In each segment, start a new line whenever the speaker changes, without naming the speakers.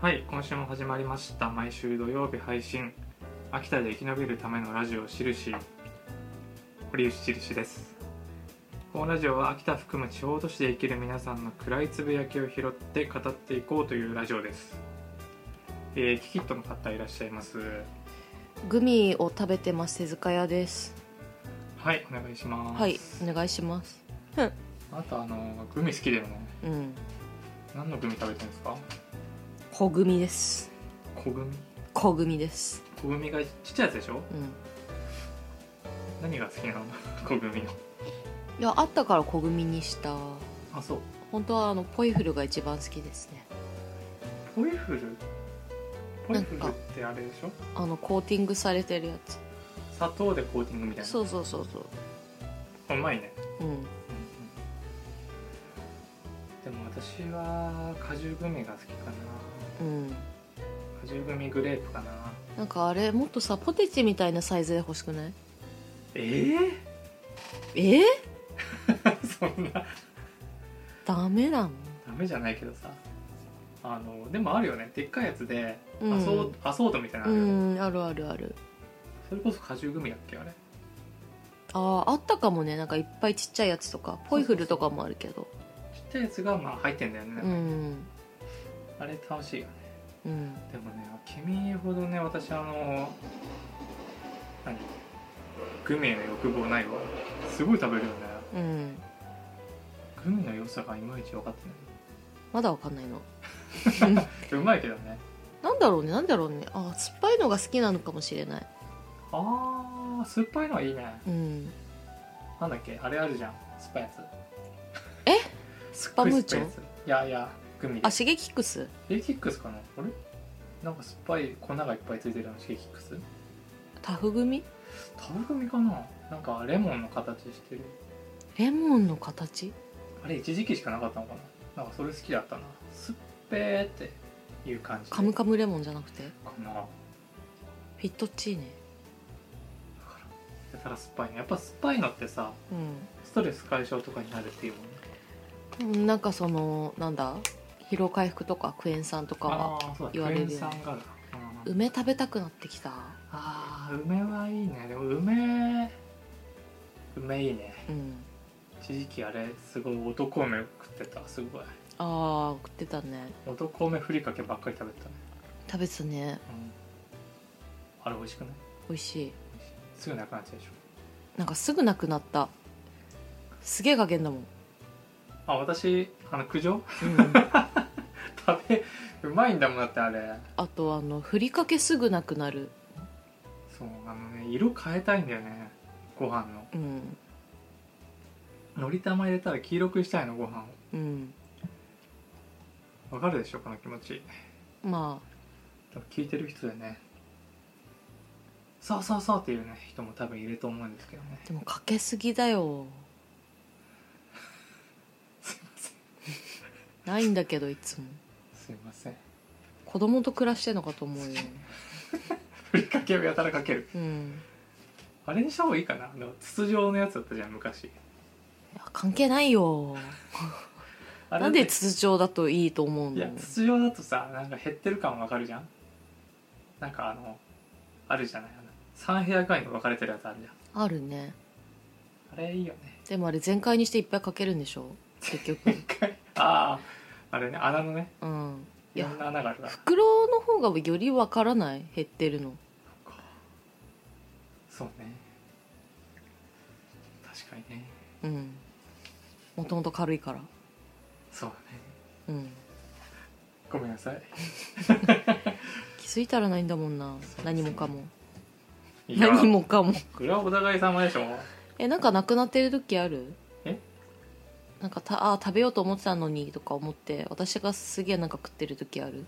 はい今週も始まりました毎週土曜日配信秋田で生き延びるためのラジオしるし堀内しるしですこのラジオは秋田含む地方都市で生きる皆さんの暗いつぶやきを拾って語っていこうというラジオですえー、キキットの方いらっしゃいます
グミを食べてます手塚屋です。
はいお願いします、
はい、お願いします。
あとあのグミ好きだよね
うん、
何のグミ食べてるんですか
小グミです。
小グミ
小グミです。
小グミがちっちゃいやつでしょ
うん。
何が好きなの小グミの
いや、あったから小グミにした。
あそう
本当はあのポイフルが一番好きですね。
ポイフルポイフル
なん
っ
か
てあれでしょ
あのコーティングされてるや
砂糖でコーティングみたい
つ。
な
そうそうそうそう。
うまいね、
うん。
でも私は果汁グミが好きかな
うん。
果汁グミグレープかな
なんかあれもっとさポテチみたいなサイズで欲しくない？
え
えー、
え そんな
ダメなの？
ダメじゃないけどさあのでもあるよねでっかいやつで
う
アソー,、
ん。
アソードみたいなの
う
あるよね、
ん、あるあるある。
それこそ果汁グミだっけあれ
ああ、あったかもね。なんかいっぱいちっちゃいやつとか、ポイフルとかもあるけど。
ちっちゃいやつがまあ入ってんだよね、
うん。
あれ楽しいよね
うん。
でもね君ほどね私あの何グミへの欲望ないわすごい食べるよね
うん。
グミの良さがいまいち分かって
まだわかんないの。
ないうまいけどね
なんだろうねなんだろうねあ酸っぱいのが好きなのかもしれない
あー酸っぱいのはいいね
うん
なんだっけあれあるじゃん酸っぱいやつ
え
ス
パムーチョ
いやいやグミで
あシゲキックス
シェイキックスかなあれなんか酸っぱい粉がいっぱいついてるのシェイキックス
タフ組
タブグミかななんかレモンの形してる
レモンの形
あれ一時期しかなかったのかななんかそれ好きだったなすっぺーっていう感じ
カムカムレモンじゃなくて
かな
フィットチーネ
やたら酸っぱいねやっぱ酸っぱいのってさストレス解消とかになるっていうもんね
うんうんなんかそのなんだ疲労回復とかクエン酸とかは
あーそうだ
言われるよね
クエン酸がだ、うん
梅食べたくなってきた
あー梅はいいねでも梅梅いいね
うん
一時期あれすごい男梅食ってたすごい
あー食ってたね
男梅ふりかけばっかり食べてたね、
食べてたね
うん、あれ美味しくない
美味しい
すぐなくなっちゃうでしょ
なんかすぐなくなったすげえ加減だもん、
あ私あの苦情
うん、
食べうまいんだもんだってあれ
あとあのふりかけすぐなくなる
そうあのね色変えたいんだよねご飯の
うん
のり玉入れたら黄色くしたいのご飯
うん
をわかるでしょこの気持ち
まあ
多分聞いてる人でねそうそうそうっていうね人も多分いると思うんですけどね
でもかけすぎだよ
すいません
ないんだけどいつも
すいません
子供と暮らしてんのかと思うよ
ふりかけをやたらかける
うん
あれにした方がいいかなあの筒状のやつだったじゃん昔
いや関係ないよ
あれ
なんで筒状だといいと思う
いや
の
筒状だとさなんか減ってる感わかるじゃんなんかあのあるじゃないあの3部屋ぐらいに分かれてるやつあるじゃん
あるね
あれいいよね
でもあれ全開にしていっぱいかけるんでしょ結 局
一回あああれね穴のね
うんい
いろ
や
んな穴があるから
袋の方がよりわからない減ってるの
そうね確かにね
うんもともと軽いから
そうね
うん
ごめんなさい
気づいたらないんだもんな
ですね
何もかも
いや
何もかも
これはお互い様でしょ
えなんかなくなってる時ある
え
なんかたあー食べようと思ってたのにとか思って私がすげえなんか食ってる時ある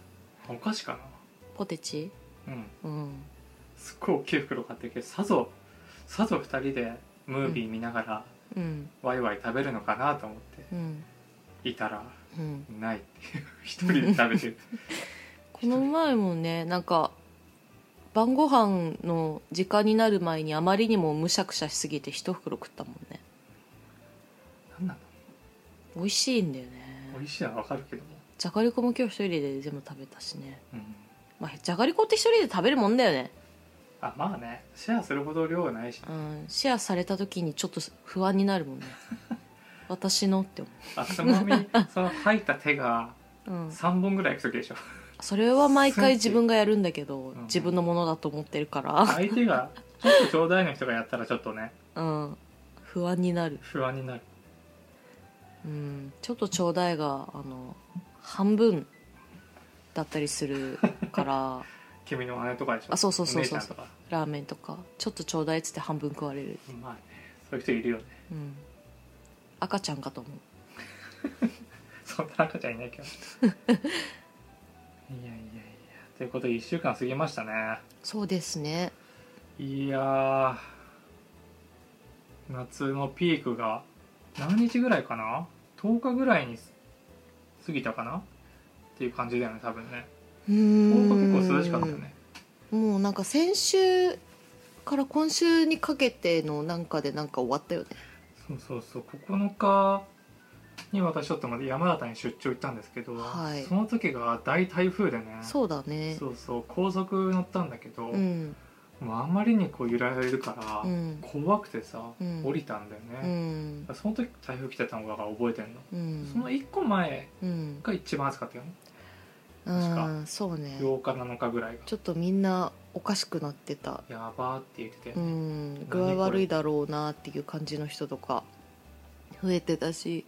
お菓子か
ポテチ
なうん
うん
すっごい大きい袋買ってきてさぞさぞ2人でムービー見ながら
うん
ワイワイ食べるのかなと思っ
うん
ていたら
うん
ないっていう一人で食べ てる
この前もねなんか晩ご飯の時間になる前にあまりにもむしゃくしゃしすぎて一袋食ったもんね
何なの
美味しいんだよ
美
ね
味しいのはわかるけども
じゃがりこも今日一人で全部食べたしね、
うん
まあ、じゃがりこって一人で食べるもんだよね、
あまあねシェアするほど量はないし
うん、シェアされた時にちょっと不安になるもんね私のって思
あつまみその吐いた手が
う、うん、
3本ぐらいいくときで しょ
それは毎回自分がやるんだけど
うん
自分のものだと思ってるか
相手がちょっとちょうだいの人がやったらちょっとね
ら、うん、不安になる、
不安になる
うん、ちょっとちょうだいがあの半分だったりするから
君の姉とかでしょ
あそうそうそうそう
お姉ちゃんとか
ラーメンとかちょっとちょうだいっつって半分食われる、
まあねそういう人いるよね
うん、赤ちゃんかと思う
そんな赤ちゃんい ないけどいやいやいやということで1週間過ぎましたね
そうですね
いやー夏のピークが何日ぐらいかな10日ぐらいに過ぎたかなっていう感じだよね多分ね
う
10
ん
日結構涼しかったよね
もうなんか先週から今週にかけてのなんかでなんか終わったよね
そうそうそう9日に私ちょっとまで山形に出張行ったんですけど、
はい
その時が大台風でね
そうだね
そうそう高速乗ったんだけど、
うん
もうあまりにこう揺られるから、
うん
怖くてさ、
うん
降りたんだよ
う
ね、
ん
その時台風来てたのが覚えてんの、
うん
その1個前
うん
が一番暑かったよね
うんそうね
8日7日ぐらいが
ちょっとみんなおかしくなってた
やばーって言ってて、
うん具合悪いだろうなっていう感じの人とか増えてたし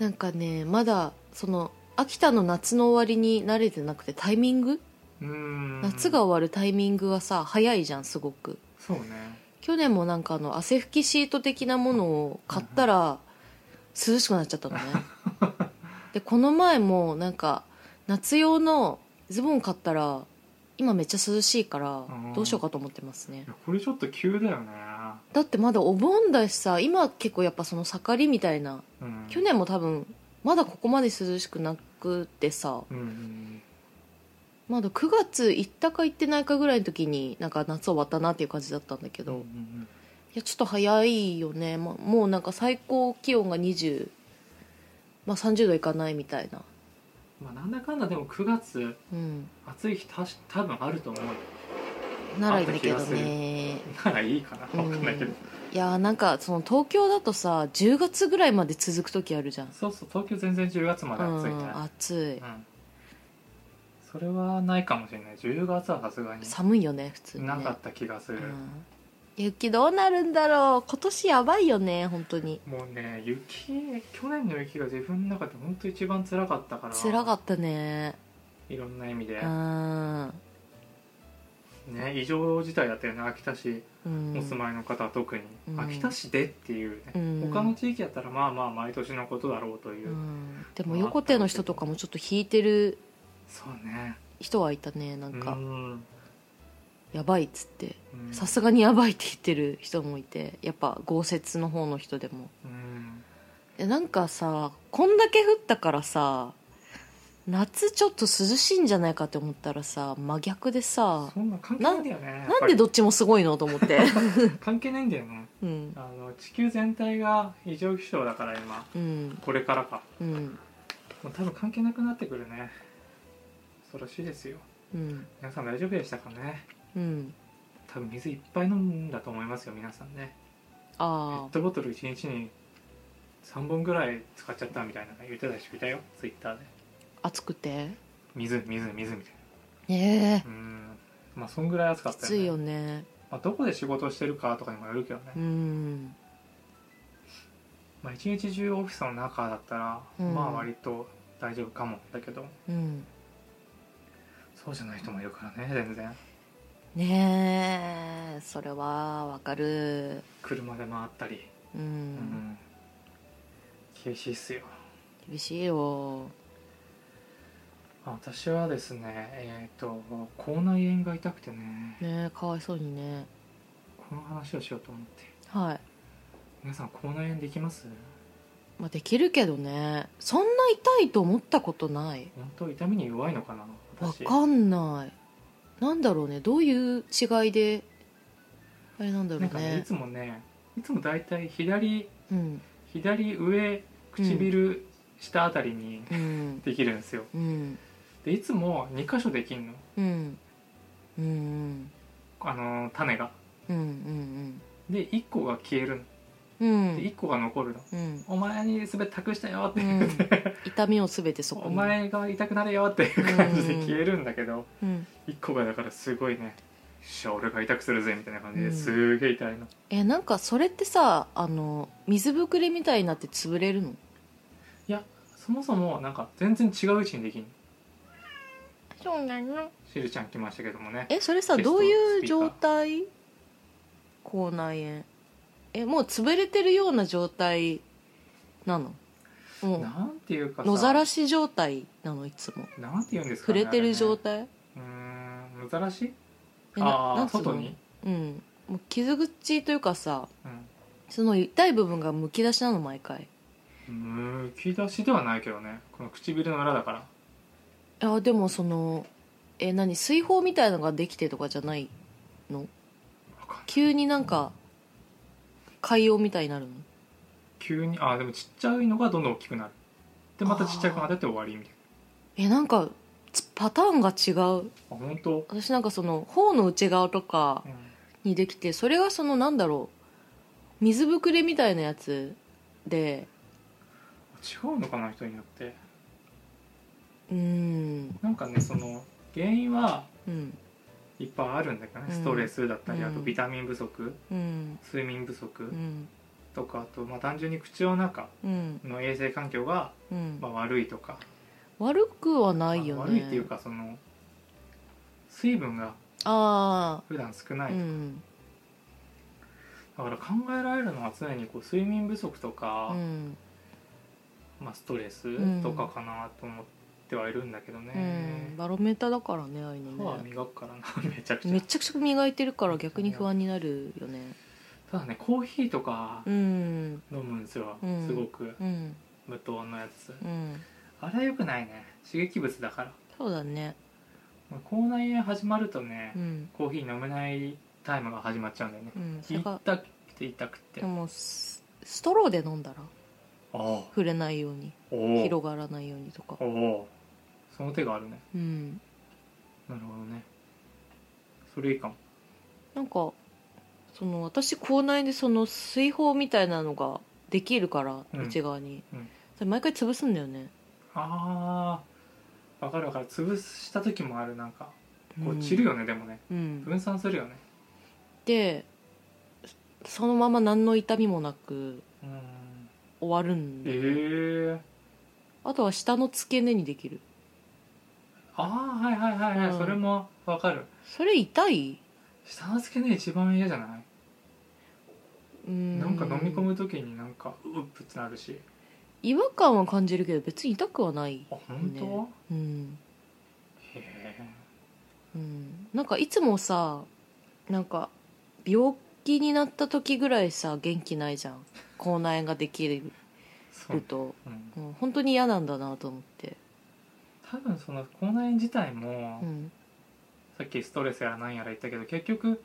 なんかねまだその秋田の夏の終わりに慣れてなくてタイミング
うんうん
夏が終わるタイミングはさ早いじゃんすごく
そうね
去年もなんかあの汗拭きシート的なものを買ったら涼しくなっちゃったのね でこの前もなんか夏用のズボン買ったら今めっちゃ涼しいから
うん
どうしようかと思ってますね
いやこれちょっと急だよね、
だってまだお盆だしさ今結構やっぱその盛りみたいな
うん、
去年も多分まだここまで涼しくなくてさ
うんうん
まだ9月行ったか行ってないかぐらいの時になんか夏終わったなっていう感じだったんだけ
うんう
ど、い
ん
やちょっと早いよね、ま、もうなんか最高気温が20、まあ、30度いかないみたいな
まあ、なんだかんだでも9月
うん
暑い日たし多分あると思うよ
ならいいんだけど
あった気がする
ね
ならいいかな分かんないけど、
うんいやーなんかその東京だとさ10月ぐらいまで続く時あるじゃん
そうそう東京全然10月まで暑いね
うん暑い
うんそれはないかもしれない10月はさすがに
寒いよね普通にね
なかった気がする、
うん雪どうなるんだろう今年やばいよね本当に
もうね雪去年の雪が自分の中で本当一番辛かったから
辛かったね
いろんな意味で
う、ん、
ね、異常事態だったよね秋田市
うん、
お住まいの方は特に、
うん
秋田市でっていうね、
うん
他の地域だったらまあまあ毎年のことだろうという、
うんでも横手の人とかもちょっと引いてる
そうね
人はいたねなん
う
か
ん
やばいっつって
うん
さすがにやばいって言ってる人もいてやっぱ豪雪の方の人でも
うん
でなんかさこんだけ降ったからさ夏ちょっと涼しいんじゃないかって思ったらさ真逆でさ
そんな関係ないんだよねやっ
な
ぱ
んで
り
どっちもすごいのと 思って、
関係ないんだよね
うん
あの地球全体が異常気象だから今
うん
これからか
うん
もう多分関係なくなってくるね恐ろしいですよ
うん
皆さん大丈夫でしたかね
うん
多分水いっぱい飲むんだと思いますよ皆さんねペ
あ
ットボトル1日に3本ぐらい使っちゃったみたいなの言ってた人いたよツイッターで
あ暑くて
水水水みたい
ねえ
なうんまあそんぐらい暑か
き
った
つ
よね
いよね
まあ、どこで仕事してるかとかにもよるけどね、
うん
まあ、一日中オフィスの中だったら、
うん
まあ割と大丈夫かもだけど
うん
そうじゃない人もいるからね全然
ねえそれはわかる
車で回ったり
うん、
うん厳しいっすよ
厳しいよ
あ私はですねえっ、と口内炎が痛くてね
ねえかわいそうにね
この話をしようと思って
はい、
皆さん口内炎できます
まあ、できるけどねそんな痛いと思ったことない
本当痛みに弱いのかな
わ
私
かんないなんだろうねどういう違いであれなんだろ
なん
う
かねい
ね
つもねいつも大体左
うん
左上唇したあたりに
うん
できるんですよ
うん
でいつも2箇所できんの
うんうんうん
あの種が
うんうん
で1個が消えるの
うんうん
で1個が残るの
うん
お前に全て託したよって
う
言
ん
って、
痛みをすべてそこ
お
に
前が痛くなれよっていう感じで消えるんだけど、
うん、
1個がだからすごいね「よっしゃ俺が痛くするぜ」みたいな感じで
うん
すげえ痛いの
えなんかそれってさあの水ぶくれみたいになって潰れるの
そもそもなんか全然違う位置にできんの
そうなの
しるちゃん来ましたけどもね
えそれさ
テスト
どういう
スピーカー
状態口内炎えもう潰れてるような状態なのもう
なんていうかさ
野ざらし状態なのいつも
なんて言うんですか
触
ね
れてる状
態
態、
うーん野ざらし
え
あ
な
あ
んつうの
外に、
うんもう傷口というかさ
うん
その痛い部分がむき出しなの毎回
むき出しではないけどねこの唇の裏だから
いやでもそのえ何水泡みたいのができてとかじゃない
わかんない
急になんか海洋みたいになるの
急にあでもちっちゃいのがどんどん大きくなるでまたちっちゃくなってって終わりみたい
えなんかつパターンが違う
なあ本当、
私なんかその頬の内側とか
うん、
にできてそれがそのなんだろう水ぶくれみたいなやつで
違うのかな人によって
うーん
なんかねその原因は
うん
いっぱいあるんだけどね、
うん
ストレスだったりあと
うん
ビタミン不足
うん
睡眠不足
うん
とかあと、まあ、単純に口の中
うん
の衛生環境が、
うん
まあ、悪いとか、
悪くはないよ
ま
ね
あ悪いっていうかその水分が
あ
普段少
あ
ない、
うん
だから考えられるのは常にこう睡眠不足とか、
うん
まあ、ストレ
ん
スとかかなと思ってはいるんだけどね、
うんバロメーターだからねああいう
歯は
のね
磨くからな めちゃくち
め
ゃ
ちゃくちゃ磨いてるから逆に不安になるよね
ただねコーヒーとか
うん
飲むんですよ、
うん
すごく
うん
無糖のやつ
うん
あれはよくないね刺激物だから
そうだね
まあ口内炎始まるとね、
うん
コーヒー飲めないタイムが始まっちゃうんだよね
うんそれが
痛くて痛くて
で
あ
もスストローで飲んだら
あ
触れないように
おお
広がらないようにとか
おおその手があるね
うん
なるほどねそれいいかも
なんかその私口内でその水泡みたいなのができるから
うん
内側に、
うん
それ毎回潰すんだよね
ああわかるわかる潰した時もあるなんかこう散る
よ、
よね、でもね
うん
分散するよね
でそのまま何の痛みもなく
うん
終わるん
ええ
で、あとは下の付け根にできる
ああはいはいはいはい、
うん
それもわかる
それ痛い
下の付け根一番嫌じゃない、
うん
なんか飲み込む時になんかうっぷつなるし
違和感は感じるけど別に痛くはない
あ本当、
ねうん、
へえ
うん、なんかいつもさなんか病気になった時ぐらいさ元気ないじゃん口内炎ができる
そう、
と、
うん、
もう本当に嫌なんだなと思って
多分その口内炎自体も、
うん
さっきストレスやらなんやら言ったけど結局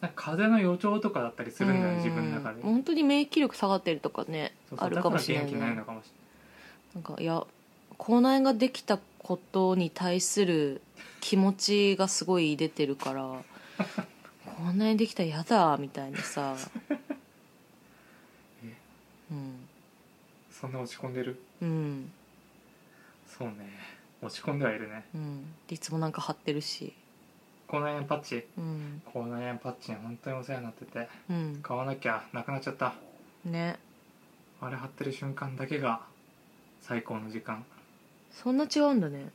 なんか風邪の予兆とかだったりするんだよね自分の中で
うん本当に免疫力下がってるとかね
そうそう
あるかもしれない,、
だ
ね、
から元気ないの
な
かもし
んかいや口内炎ができたことに対する気持ちがすごい出てるから 口内炎できたら嫌だみたいなさ
え
う
れ
ん
ないそんな落ち込んでる
うん
そうね落ち込んではいるね
うんでいつもなんか張ってるし
口内炎パッチ
うん
口内炎パッチに本当にお世話になってて
うん
買わなきゃなくなっちゃった
ね
あれ貼ってる瞬間だけが最高の時間
そんな違うんだね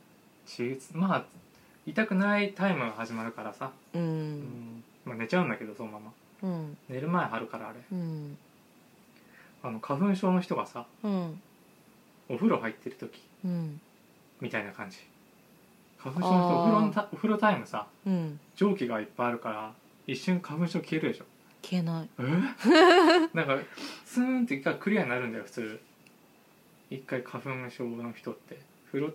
しまあ痛くないタイムが始まるからさ、
う
うんまあ、寝ちゃうんだけどそのまま
うん
寝る前貼るからあれ
うん
あの花粉症の人がさ
うん
お風呂入ってる時
うん
みたいな感じ花粉症の人お風呂のたお風呂タイムさ
うん
蒸気がいっぱいあるから一瞬花粉症消えるでしょ
消えない
えなんかスーンって一回クリアになるんだよ普通一回花粉症の人って風呂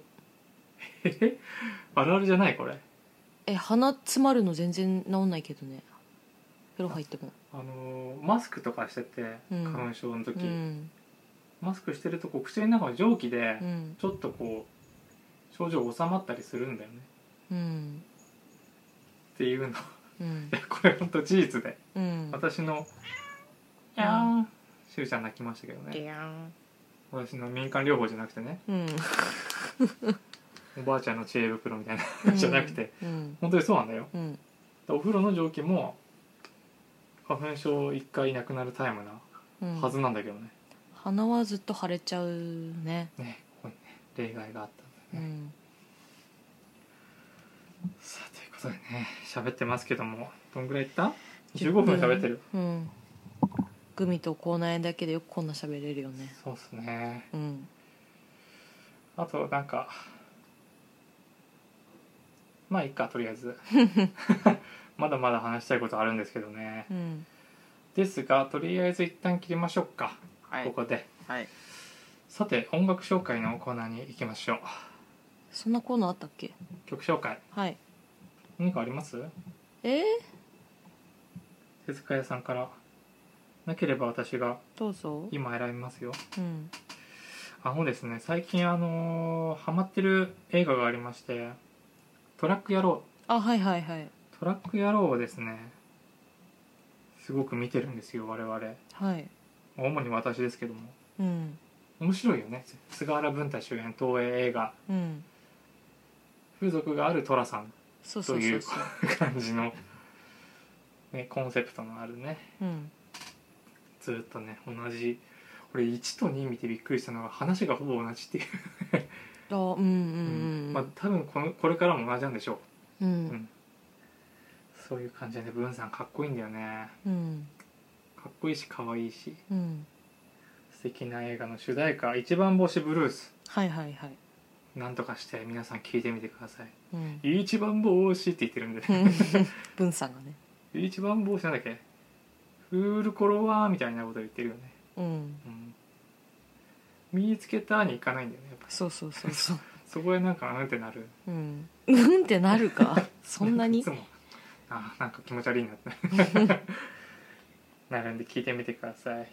えへへ あるあるじゃないこれ
え鼻詰まるの全然治んないけどね風呂入っても
あのーマスクとかしてて
うん
花粉症の時、
うん
マスクしてるとこう口の中の蒸気で
うん
ちょっとこう症状収まったりするんだよね
うん
っていうのい
うん
や これ本当事実で
うん
私の「いやー」しゅうちゃん泣きましたけどね私の民間療法じゃなくてね
うん
おばあちゃんの知恵袋みたいなじゃなくて
うん
本当にそうなんだよ
うん
お風呂の蒸気も花粉症一回なくなるタイムな
うん
はずなんだけどね、
鼻はずっと腫れちゃうね
ねここにね例外があったんだ
う
よね、
ん
さあということでね喋ってますけどもどんぐらいいった15分喋ってる、
うんグミと口内炎だけでよくこんな喋れるよね
そうっすね
うん
あとなんかまあいいかとりあ えずまだまだ話したいことあるんですけどね
うん
ですがとりあえず一旦切りましょうか、
は
こ
い
こで
はい
さて音楽紹介のコーナーに行きましょう
そんなコーナーあったっけ
曲紹介
はい
何かあります
えー、
手塚屋さんからなければ私が
どうぞ
今選びますよ
うん
あのですね最近あのーハマってる映画がありまして「トラック野郎
あはいはいはい」
トラック野郎をですねすごく見てるんですよ我々
はい
主に私ですけども
うん
面白いよね菅原文太主演東映映画
うん
風俗がある寅さん
そうそ
と
うそ
いうう
そう
感じの、ね、コンセプトのあるね
うん
ずっとね同じ俺1と2見てびっくりしたのが話がほぼ同じっていう、
あうんうんうん
まあ多分このこれからも同じなんでしょう
う
うんんそういう感じでね文さんかっこいいんだよね
うん
かっこいいし可愛いし
うん
素敵な映画の主題歌「一番星ブルース
はいはいはい」
なんとかして皆さん聞いてみてください
う
「
ん
一番星」って言ってるんでね
文さんがね
一番帽子なんだっけフールコロワーみたいなこと言ってるよね、
うん
うん、見つけたにいかないんだよねやっぱ
そうそうそうそう
そこでなんかうんってなる
うんうんってなるかそんなに
いつもあーなんか気持ち悪いなって なるんで聞いてみてください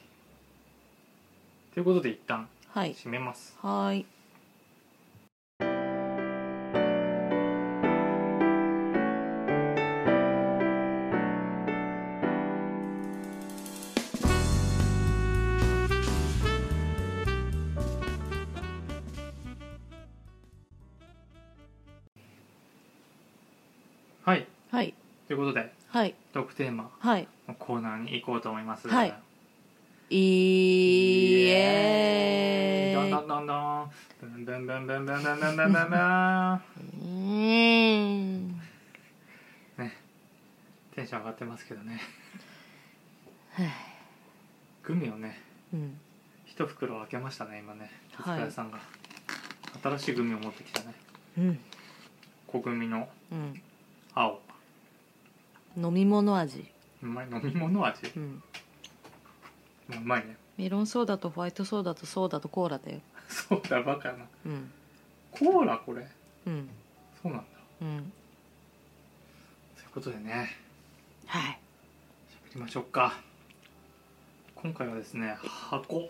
ということで一旦
はい
締めます
はーい
はい
はい
ということで
はい
トークテーマ
はい
のコーナーに行こうと思います
はいいいえ
どんど
ー
んどんどんどんどんどんどんどんどんどんどんどん
うーん
テンション上がってますけどね
はい
グミをね
うん
一袋開けましたね今ね手
はい
塚屋さんが、新しいグミを持ってきたね
うん
小グミの
うん
青
飲み物味
うまい飲み物味
うん
うまいね
メロンソーダとホワイトソーダとソーダとコーラだよ
そうだバカな
うん
コーラこれ
うん
そうなんだ
うん
ということでね
はい
喋りましょうか今回はですね箱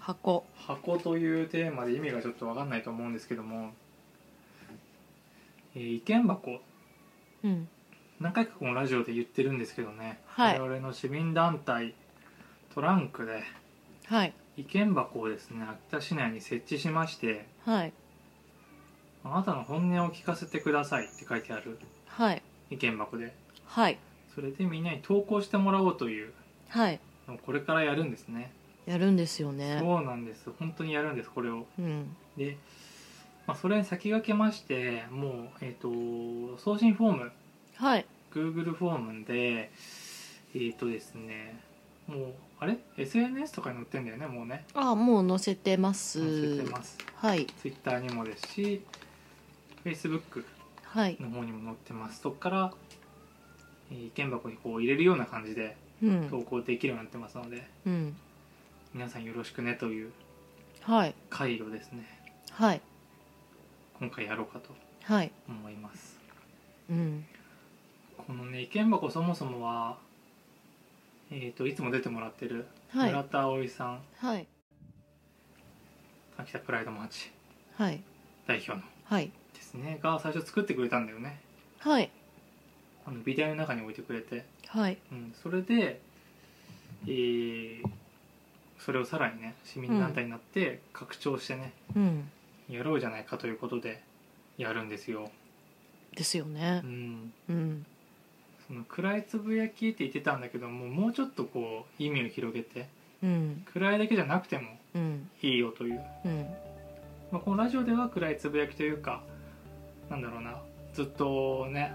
箱
箱というテーマで意味がちょっと分かんないと思うんですけども、えー意見箱
うん
何回かこのラジオで言ってるんですけどね、
はい
我々の市民団体トランクで
はい
意見箱をですね秋田市内に設置しまして
はい
「あなたの本音を聞かせてください」って書いてある
はい
意見箱で
はい
それでみんなに投稿してもらおうという
はい
のをこれからやるんですね
やるんですよね
そうなんです本当にやるんですこれを
うん
で、まあ、それに先駆けましてもう、えー、と送信フォーム
はい
Google フォームでえっ、とですねもうあれ SNS とかに載ってんだよねもうね
あもう載せてます
載せてます
はい
ツイッターにもですし、Facebook
はい
の方にも載ってます。そこから、えー意見箱にこう入れるような感じで
う
投
ん
稿できるようになってますので、
うん
皆さんよろしくねという
はい
回路ですね、
はい
今回やろうかと
はい
思います。
うん
このね、意見箱そもそもは、えっ、と、いつも出てもらってる
はい
村田葵さん
はい
秋田プライドマーチ
はい
代表の
はい
ですねが最初作ってくれたんだよね
はい
あのビデオの中に置いてくれて、
はい
うん、それで、えーそれをさらにね市民団体になって拡張してね、
うん
やろうじゃないかということでやるんですよ、
ですよね
うん、
うん
その暗いつぶやきって言ってたんだけどももうちょっとこう意味を広げて
うん
暗いだけじゃなくても
うん
いいよという、
うん
まあ、このラジオでは暗いつぶやきというかなんだろうなずっとね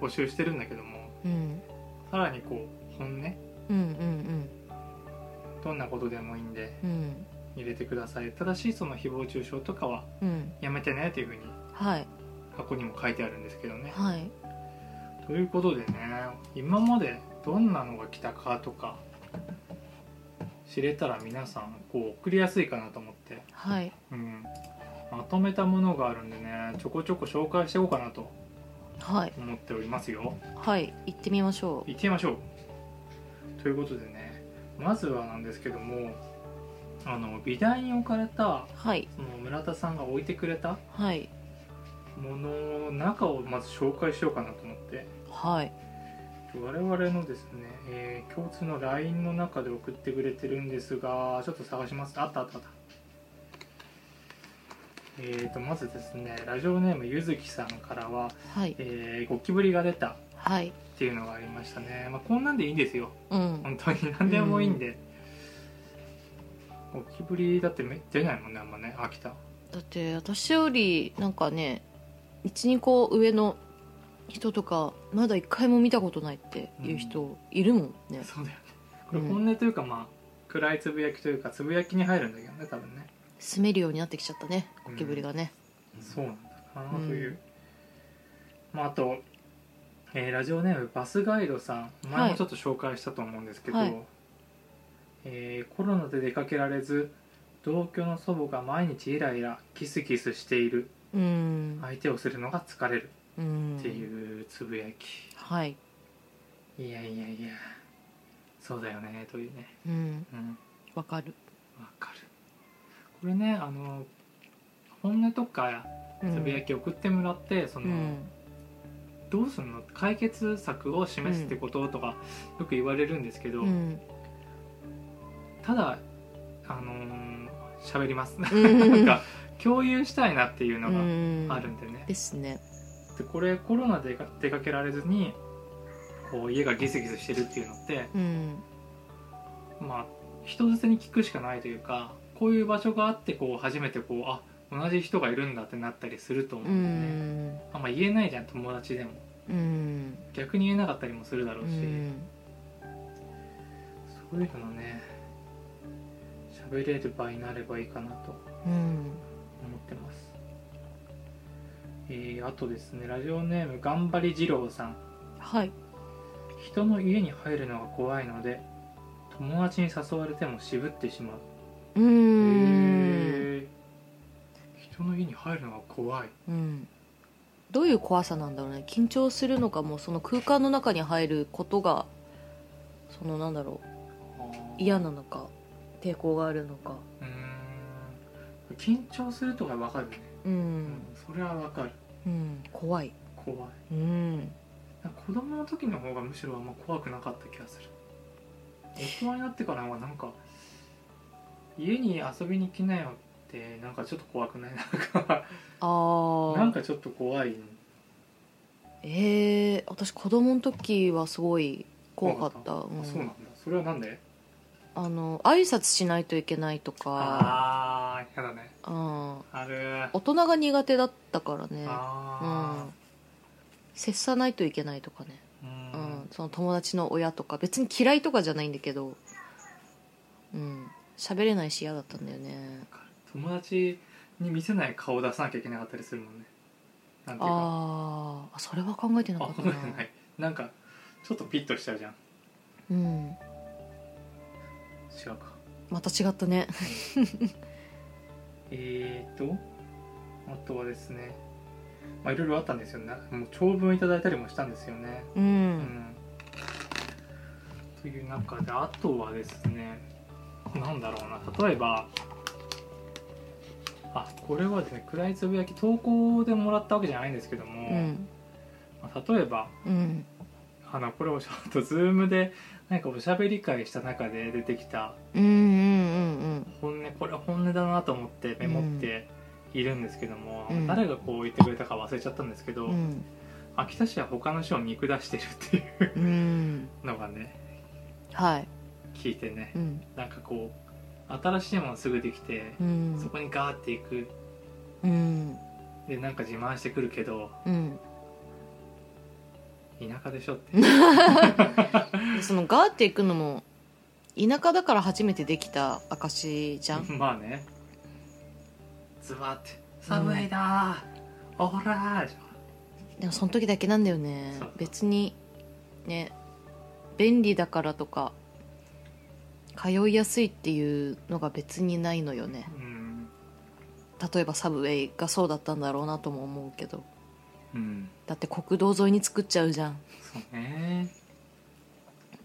募集してるんだけども
うん
さらにこう本音
うんうん
どんなことでもいいんで
うんうん
入れてくださいただしその誹謗中傷とかは
うん
やめてねというふうに
はい
箱にも書いてあるんですけどね
はい
ということでね今までどんなのが来たかとか知れたら皆さんこう送りやすいかなと思って、
はい
うん、まとめたものがあるんでねちょこちょこ紹介していこうかなと
はい
思っておりますよ
はい行ってみましょ
行ってみましょうということでねまずはなんですけどもあの美大に置かれた
うはい
その村田さんが置いてくれた
はい
ものの中をまず紹介しようかなと思って
はい
我々のですね、えー共通の LINE の中で送ってくれてるんですがちょっと探しますあったあったあったえー、とまずですねラジオネームゆずきさんからは、
はい
えーゴキブリが出たっ
はい
ていうのがありましたね、まあ、こんなんでいいんですよ
うん
本当に何でもいいんで、ゴキブリだってめ出ないもんねあんまね秋田
だって私よりなんかね12個上の人とかまだ一回も見たことないっていう人いるもんね、
そうだよねこれ
うん
本音というか、まあ暗いつぶやきというかつぶやきに入るんだけどね多分ね
住めるようになってきちゃったねゴキブリがね、
そうなんだな
うん
という、まあ、あと、えーラジオネームバスガイドさん前もちょっと紹介したと思うんですけど、
はい
えーコロナで出かけられず同居の祖母が毎日イライラキスキスしている
うん
相手をするのが疲れる
うん
っていうつぶやき、
はい
いやいやいやそうだよねというね
うん
うん
わかる
わかるこれねあの本音とか
うん
つぶやき送ってもらって、そうの、
ん
どうすんの解決策を示すってこととかよく言われるんですけど、
うん
ただあのー喋り ます
うん
なんか共有したいなっていうの
う
が
ん
あるんでね、
ですね
でこれコロナで出か出かけられずにこう家がギスギスしてるっていうのって
うん
まあ人づてに聞くしかないというかこういう場所があってこう初めてこうあ同じ人がいるんだってなったりすると思
う
うんだよね、
ん
あんま言えないじゃん友達でも
うん
逆に言えなかったりもするだろ
う
うし、
ん
そういうのね喋れる場合になればいいかなと
うん
思ってます、えーあとですねラジオネーム頑張り二郎さん
はい
人の家に入るのが怖いので友達に誘われても渋ってしまう
う
へ
ん
ー人の家に入るのが怖い
うんどういう怖さなんだろうね緊張するのかもうその空間の中に入ることがそのなんだろう嫌なのか抵抗があるのか
うーん緊張するとかわかるね、
う
うん
ん、
それはわかる
うん、怖い
怖い
うん
なんか子供の時の方がむしろあんま怖くなかった気がする大人になってからはなんか家に遊びに来なよってなんかちょっと怖くないなんか
あ
なん
あ
かちょっと怖い
えー、私子供の時はすごい怖かった
あそうなんだ
ん、
それはなんで
あの挨拶しないといけないとか
ああやだね
うん
ある
大人が苦手だったからねう
あ
ん接さないといけないとかね
ーうん
うん、その友達の親とか別に嫌いとかじゃないんだけどうん喋れないし嫌だったんだよね
友達に見せない顔出さなきゃいけなかったりするもんねなんていうか
あーあそれは考えてなか
あ
っ
そ
たな
うじゃないなんかちょっとピッとしちゃうじゃん
うん
違うか
また違ったね
えーとあとはですねまあいろいろあったんですよねもう長文いただいたりもしたんですよね
う
うんんという中であとはですねなんだろうな例えばあこれはですね暗いつぶやき投稿でもらったわけじゃないんですけども、
うん
まあ例えば
うん
あのこれをちょっとズームでなんかおしゃべり会した中で出てきた
うんうんうん
本音これは本音だなと思ってメモっているんですけども、
うん
誰がこう言ってくれたか忘れちゃったんですけど、
うんうん
秋田市は他の市を見下してるっていう
うん
のがね
はい
聞いてね
うん
なんかこう新しいものすぐできて
う、
そ
ん
こにガーっていく
うん
でなんか自慢してくるけど
うん
田舎でしょって
そのガーっていくのも田舎だから初めてできた証じゃん
まあねズバって「寒いなー、オラー」じ
でもその時だけなんだよね
そう
別にね便利だからとか通いやすいっていうのが別にないのよね
ゃんうん、
例えばサブウェイがそうだったんだろうなとも思うけど
うん、
だって国道沿いに作っちゃうじゃん
そうね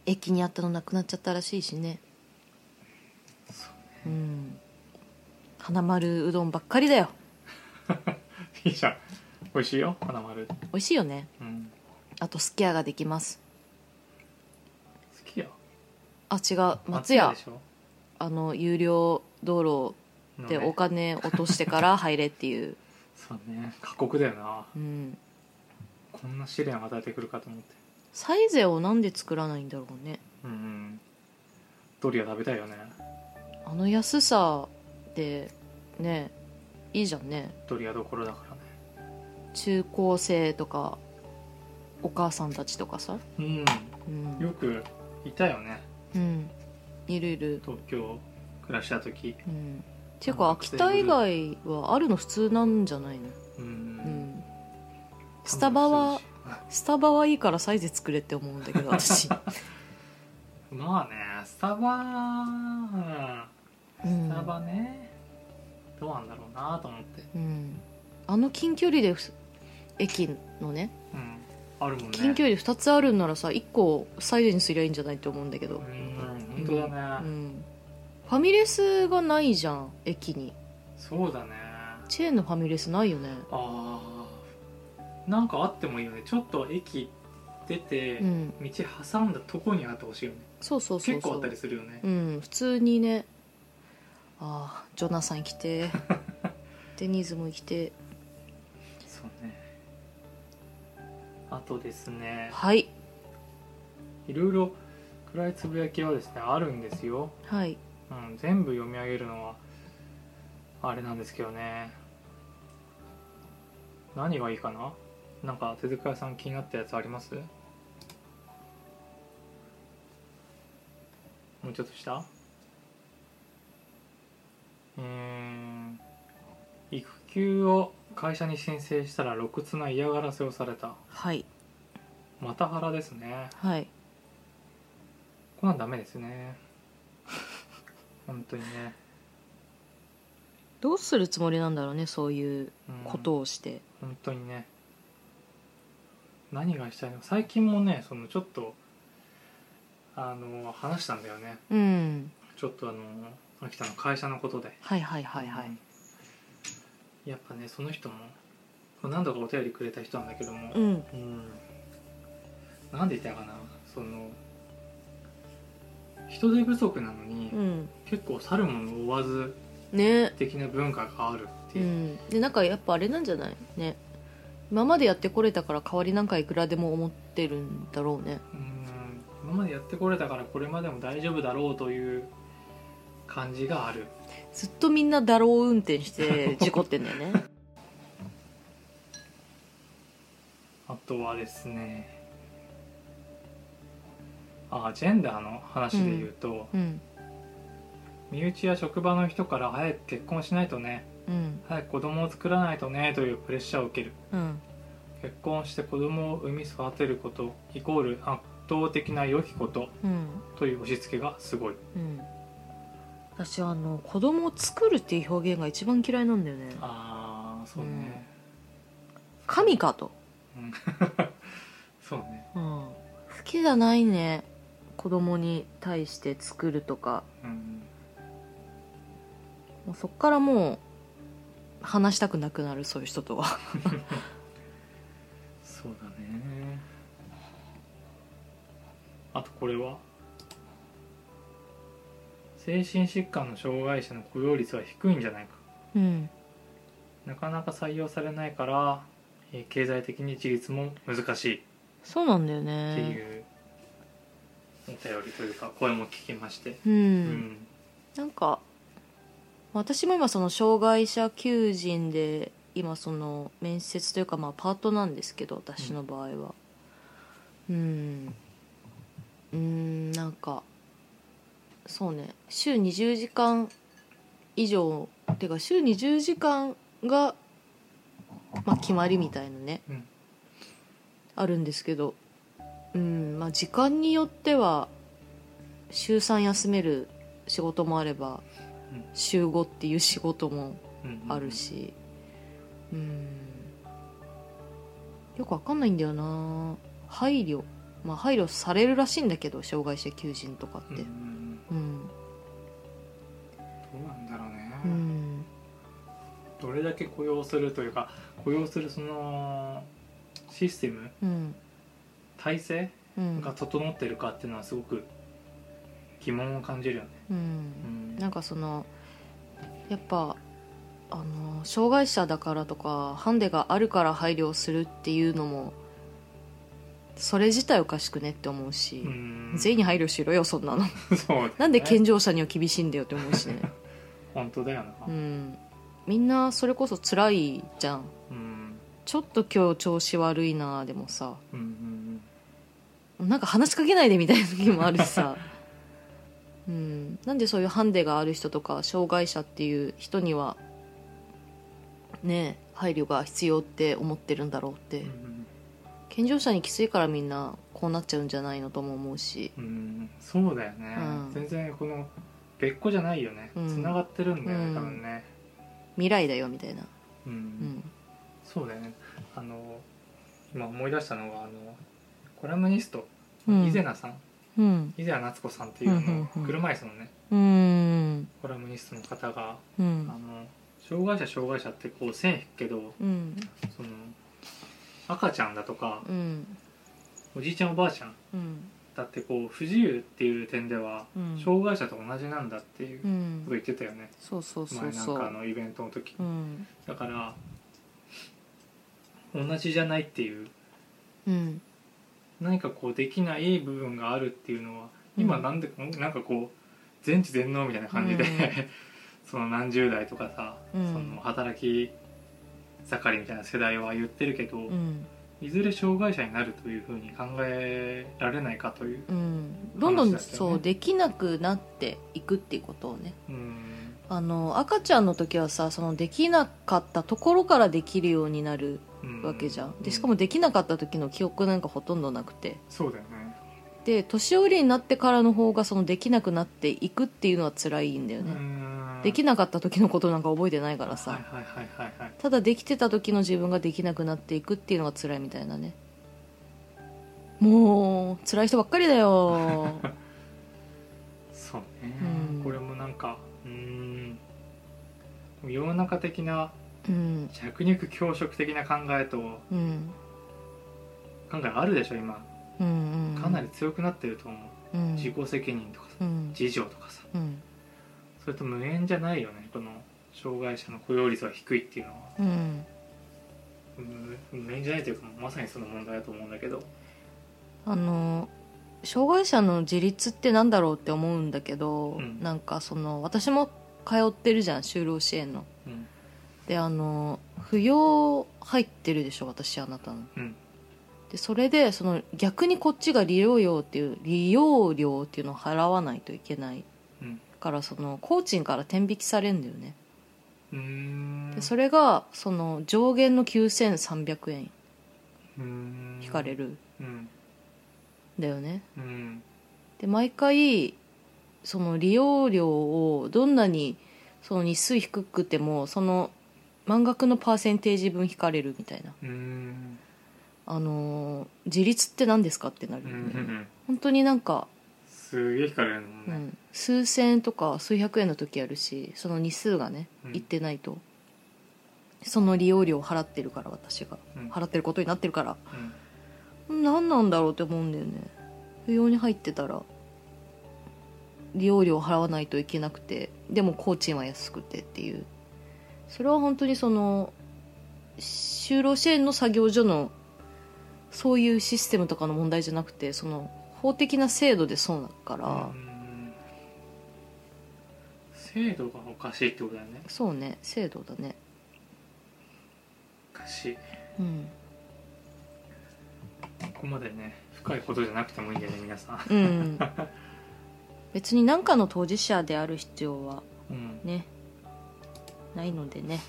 駅にあったのなくなっちゃったらしいしね
そう
うん花丸うどんばっかりだよ
いいじゃん美味しいよ花丸
美味しいよね
うん
あとすき家ができます
好きよ
あ違う松屋
でしょ
あの有料道
の
路
ね
でお金落としてから入れっていう、
そうね過酷だよな
うん、
こんな試練を与えてくるかと思って
サイゼをなんで作らないんだろうね
うん、うん、ドリア食べたいよね
あの安さでねいいじゃんね
ドリアどころだからね
中高生とかお母さんたちとかさ
うん
うん、
よくいたよね
うん、いるいる
東京暮らした時
うんていうか秋田以外はあるの普通なんじゃないの、
うん、
うん、スタバはスタバはいいからサイゼ作れって思うんだけど私、
まあねスタバうん
うん
スタバね、どうなんだろうなと思って、
うん、あの近距離でふす駅のね
うん、あるもんね
近距離で2つあるんならさ1個サイゼにすりゃいいんじゃないって思うんだけど、
うん本当だ
う
ね、
ん、ファミレスがないじゃん駅に
そうだね
チェーンのファミレスないよね
あーなんかあってもいいよねちょっと駅出て、
うん
道挟んだとこにあってほしいよね
そうそうそうそう
結構あったりするよね、
うん普通にねああジョナサン 来てデニーズも来て
そうねあとですね
はい
いろいろ暗いつぶやきはですねあるんですよ、
はい
うん、全部読み上げるのはあれなんですけどね何がいいかななんか手塚さん気になったやつありますもうちょっとしたうーん育休を会社に申請したら露骨な嫌がらせをされた
はい
また腹ですね
はい
こんなんダメですね本当にね、
どうするつもりなんだろうねそういう
うん
ことをして、
本当にね何がしたいの最近もねそのちょっとあの話したんだよね
うん
ちょっとあの秋田の会社のことで
はいはいはいはい、
やっぱねその人も何度かお便りくれた人なんだけども、
うん
うんなんで言ったかなその人手不足なのに、
うん
結構去るものを追わず
ね
的な文化があるって
う
いう、
んでなんかやっぱあれなんじゃないね今までやってこれたから代わりなんかいくらでも思ってるんだろうね
うん今までやってこれたからこれまでも大丈夫だろうという感じがある
ずっとみんなだろう運 転して事故ってんだよね
あとはですねあジェンダーの話で言うと、
うん
身内や職場の人から早く結婚しないとね
うん
早く子供を作らないとねというプレッシャーを受ける
うん
結婚して子供を産み育てることイコール圧倒的な良きこと
うん
という押し付けがすごい
うん私あの子供を作るっていう表現が一番嫌いなんだよね
ああそうね、
神かと、
うんそうね
うん、好きじゃないね子供に対して作るとか
うん
もうそっからもう話したくなくなるそういう人とは
そうだねあとこれは精神疾患の障害者の雇用率は低いんじゃないか
うん
なかなか採用されないから、えー経済的に自立も難しい
そうなんだよ
ってい
ね
うお便りというか声も聞きまして、
うん、
うん
なんか私も今その障害者求人で今その面接というかまあパートなんですけど私の場合はうんうーんなんかそうね週20時間以上てか週20時間がまあ決まりみたいなね、
うん
あるんですけどうんまあ時間によっては週3休める仕事もあれ
うん
ば、週5っていう仕事も
うんうん
あるしうんよくわかんないんだよな配慮まあ配慮されるらしいんだけど障害者求人とか
う
っ
んう
て
ん
うん、
どうなんだろうね、
うん
どれだけ雇用するというか雇用するそのシステム
うん
体制
うん
が整ってるかっていうのはすごく疑問を感じるよね、
うん
うん
なんかそのやっぱあの障害者だからとかハンデがあるから配慮をするっていうのもそれ自体おかしくねって思うし、
うん
全員に配慮しろよそんなの
そうだよね
なんで健常者には厳しいんだよって思うしね、
本当だよな
うん、みんなそれこそ辛いじゃん
うん
ちょっと今日調子悪いなでもさ
うんうん
なんか話しかけないでみたいな時もあるし さ、うん、なんでそういうハンデがある人とか障害者っていう人にはねえ配慮が必要って思ってるんだろうって、
うんうん
健常者にきついからみんなこうなっちゃうんじゃないのとも思うし、
うんそうだよね、
うん
全然この別個じゃないよね
うん
つながってるんだよね、
うん
多分ね、
未来だよみたいな、
うん
うん、
そうだよねあの今思い出したのがあのコラムニスト
うん
伊勢名さん、
うん
伊勢名夏子さんっていうあ
うん
の
うんうん
車椅子のね
うん
コラムニストの方があ
う
の
ん
障害者障害者ってこう線引くけど
うん
その赤ちゃんだとか
うん
おじいちゃんおばあちゃん
うん
だってこう不自由っていう点では
うん
障害者と同じなんだっていう
う
こと
ん
言ってたよね、
そうそうそう
前なん
そ
かあ
う
のイベントの時
うん
だから同じじゃないっていう
うん
何かこうできない部分があるっていうのは今なんで、なんかこう全知全能みたいな感じで、
うん
その何十代とかさ、
うん
その働き盛りみたいな世代は言ってるけど、
うん
いずれ障害者になるというふうに考えられないかという、
うん、どんどん、
話だったよね
そうできなくなっていくっていうことをね
うん
あの赤ちゃんの時はさそのできなかったところからできるようになる
うん
わけじゃん、でしか
う
もできなかった時の記憶なんかほとんどなくて
そうだよね
で年寄りになってからの方がそのできなくなっていくっていうのは辛いんだよね、
うん
できなかった時のことなんか覚えてないからさ、
はいはいはいはいはい
ただできてた時の自分ができなくなっていくっていうのが辛いみたいなねもう辛い人ばっかりだよ
そうね、
うん
これもなんかうん世の中的な
うん
弱肉強食的な考えと
うん
考えあるでしょ今
うんうん
かなり強くなってると思う、
うん
自己責任とかさ
うん
自助とかさ
うん
それと無縁じゃないよねこの障害者の雇用率は低いっていうのは
うん
無無縁じゃないというかまさにその問題だと思うんだけど
あの障害者の自立ってなんだろうって思うんだけど、
うん
なんかその私も通ってるじゃん就労支援の
うん
であの扶養入ってるでしょ私あなたの
うん
でそれでその逆にこっちが利用料っていう利用料っていうのを払わないといけない
うん
からその工賃から天引きされるんだよね
うーん
でそれがその上限の9300円
うーん
引かれるん
うん
だよね
うん
で毎回その利用料をどんなにその日数低くてもその満額のパーセンテージ分引かれるみたいな
うーん
あのー自立って何ですかってなる
う
よ
ん
ね、
うん
本当になんか、
すげえ引かれるもん
う
ね、
ん、数千円とか数百円の時あるしその日数がね
うん
いってないと、その利用料を払ってるから私が
うん
払ってることになってるから
うん
何なんだろうって思うんだよね不要に入ってたら利用料を払わないといけなくてでも工賃は安くてっていうそれは本当にその就労支援の作業所のそういうシステムとかの問題じゃなくてその法的な制度でそうだから、
うん制度がおかしいってことだよね
そうね制度だね
おかしい
うん
ここまでね深いことじゃなくてもいいんだよね皆さん、
うん 別に何かの当事者である必要は
うん、
ねないのでね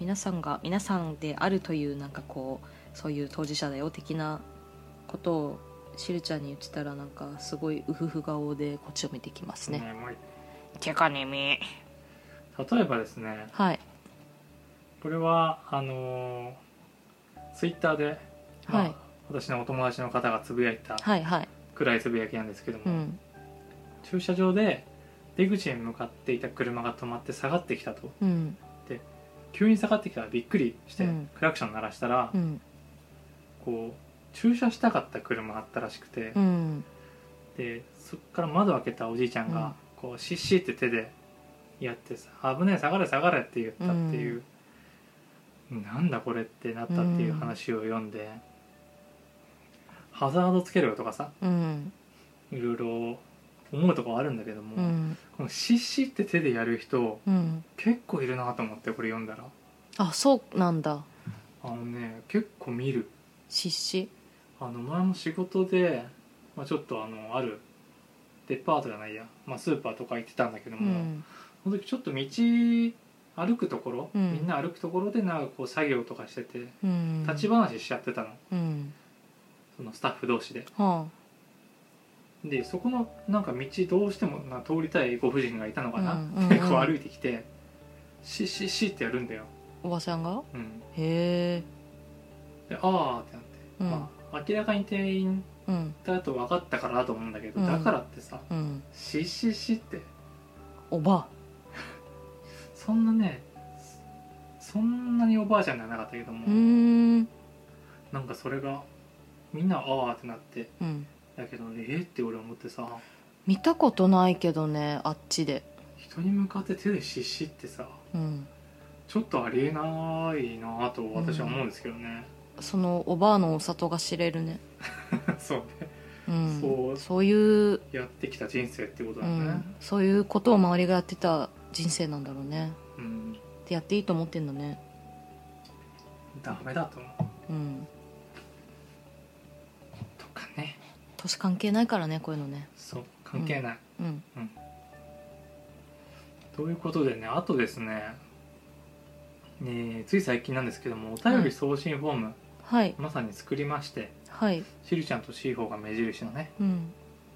皆さんが皆さんであるというなんかこうそういう当事者だよ的なことをしるちゃんに言ってたらなんかすごいうふふ顔でこっちを見てきますね、
ねもう
てかねみ
例えばですね
はい
これはあのツイッター Twitter で、まあ
はい
私のお友達の方がつぶやいた
はいはい
くらいつぶやきなんですけども、
うん
駐車場で出口に向かっていた車が止まって下がってきたと
うん
急に下がってきたらびっくりして、
うん
クラクション鳴らしたら、
うん
こう駐車したかった車あったらしくて、
うん
でそっから窓開けたおじいちゃんが、こうシッシッって手でやってさ「危ねえ下がれ下がれ」って言ったっていう、なんだこれってなったっていう話を読んで、ハザードつけろよとかさ
うん
いろいろ思うとこはあるんだけども、
うん
このシッシッって手でやる人
うん
結構いるなと思ってこれ読んだら
あそうなんだ
あのね結構見る
失死
あの前も仕事で、まあ、ちょっとあのあるデパートじゃないや、まあ、スーパーとか行ってたんだけど
う
も、
ん
その時ちょっと道歩くところ、
うん
みんな歩くところでなんかこう作業とかしてて
うん
立ち話しちゃってたの、
うん
そのスタッフ同士で
は
でそこのなんか道どうしてもな通りたいご婦人がいたのかな、
うんうんうん
結構歩いてきてシッシッシッってやるんだよ、
あおばさんが
うん、
へえ
でああってなって、
うん
まあ明らかに店員
うん
だと分かったからだと思うんだけど、
うん
だからってさ
うん
シッシッシッって
おば
そんなねそんなにおばあちゃんじゃなかったけども、
うーん
なんかそれがみんなああってなって
うん
だけどえー、って俺思ってさ
見たことないけどねあっちで
人に向かって手でししってさ
うん
ちょっとありえないなぁと私は思うんですけどね、
そのおばあのお里が知れるね
そうね
うん
そう
いう、
やってきた人生ってこと
う
だよね
ん、そういうことを周りがやってた人生なんだろうね
うん、
でやっていいと思ってんだね
ダメだと思う
うん
とかね
年関係ないからねこういうのね
そう関係ない、
うん
ということでねあとですねねつい最近なんですけどもお便り送信フォーム、
はい
まさに作りまして
はい
しるちゃんとしーほうが目印のね
うん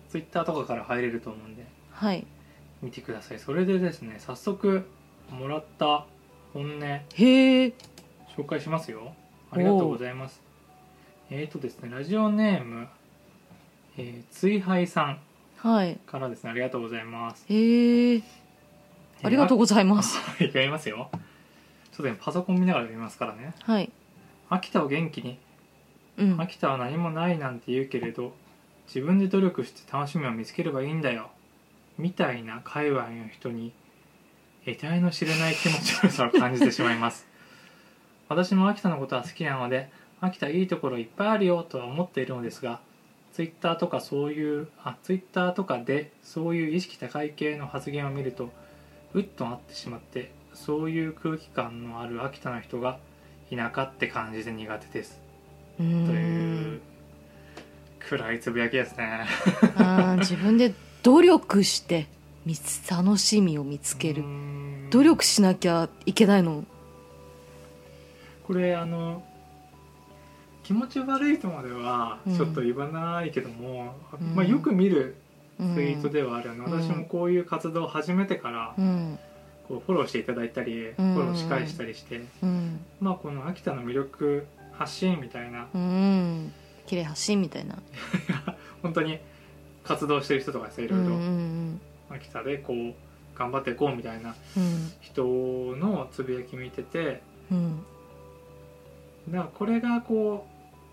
ツイッターとかから入れると思うんで
はい
見てくださいそれでですね早速もらった本音
へえ
紹介しますよありがとうございますえーとですねラジオネームえー追敗さん
はい
からですねありがとうございます
へえありがとう
う
ございます
ございます読みますよちょっとねパソコン見ながら読みますからね
はい
秋田を元気に
うん
秋田は何もないなんて言うけれど自分で努力して楽しみを見つければいいんだよみたいな界隈の人に得体の知れない気持ち悪さを感じてしまいます 私も秋田のことは好きなので秋田いいところいっぱいあるよとは思っているのですがツイッターとかそういうあツイッターとかでそういう意識高い系の発言を見るとうっとなってしまってそういう空気感のある秋田の人が田舎って感じで苦手です
う
というん暗いつぶやきですね
あー自分で努力して見つ楽しみを見つける
うーん
努力しなきゃいけないの
これあの気持ち悪いとまでは
うん
ちょっと言わないけども、
うん
まあ、よく見る
ツ
ツイートではあるの、
うん
私もこういう活動を始めてから
うん
こうフォローしていただいたり、
うん
フォローし返したりして、
うん
まあ、この秋田の魅力発信みたいな
うん綺麗発信みたいな
本当に活動してる人とかさい
いう
ろい
んう
ろ
ん
秋田でこう頑張っていこうみたいな
うん
人のつぶやき見てて
うん
だからこれがこ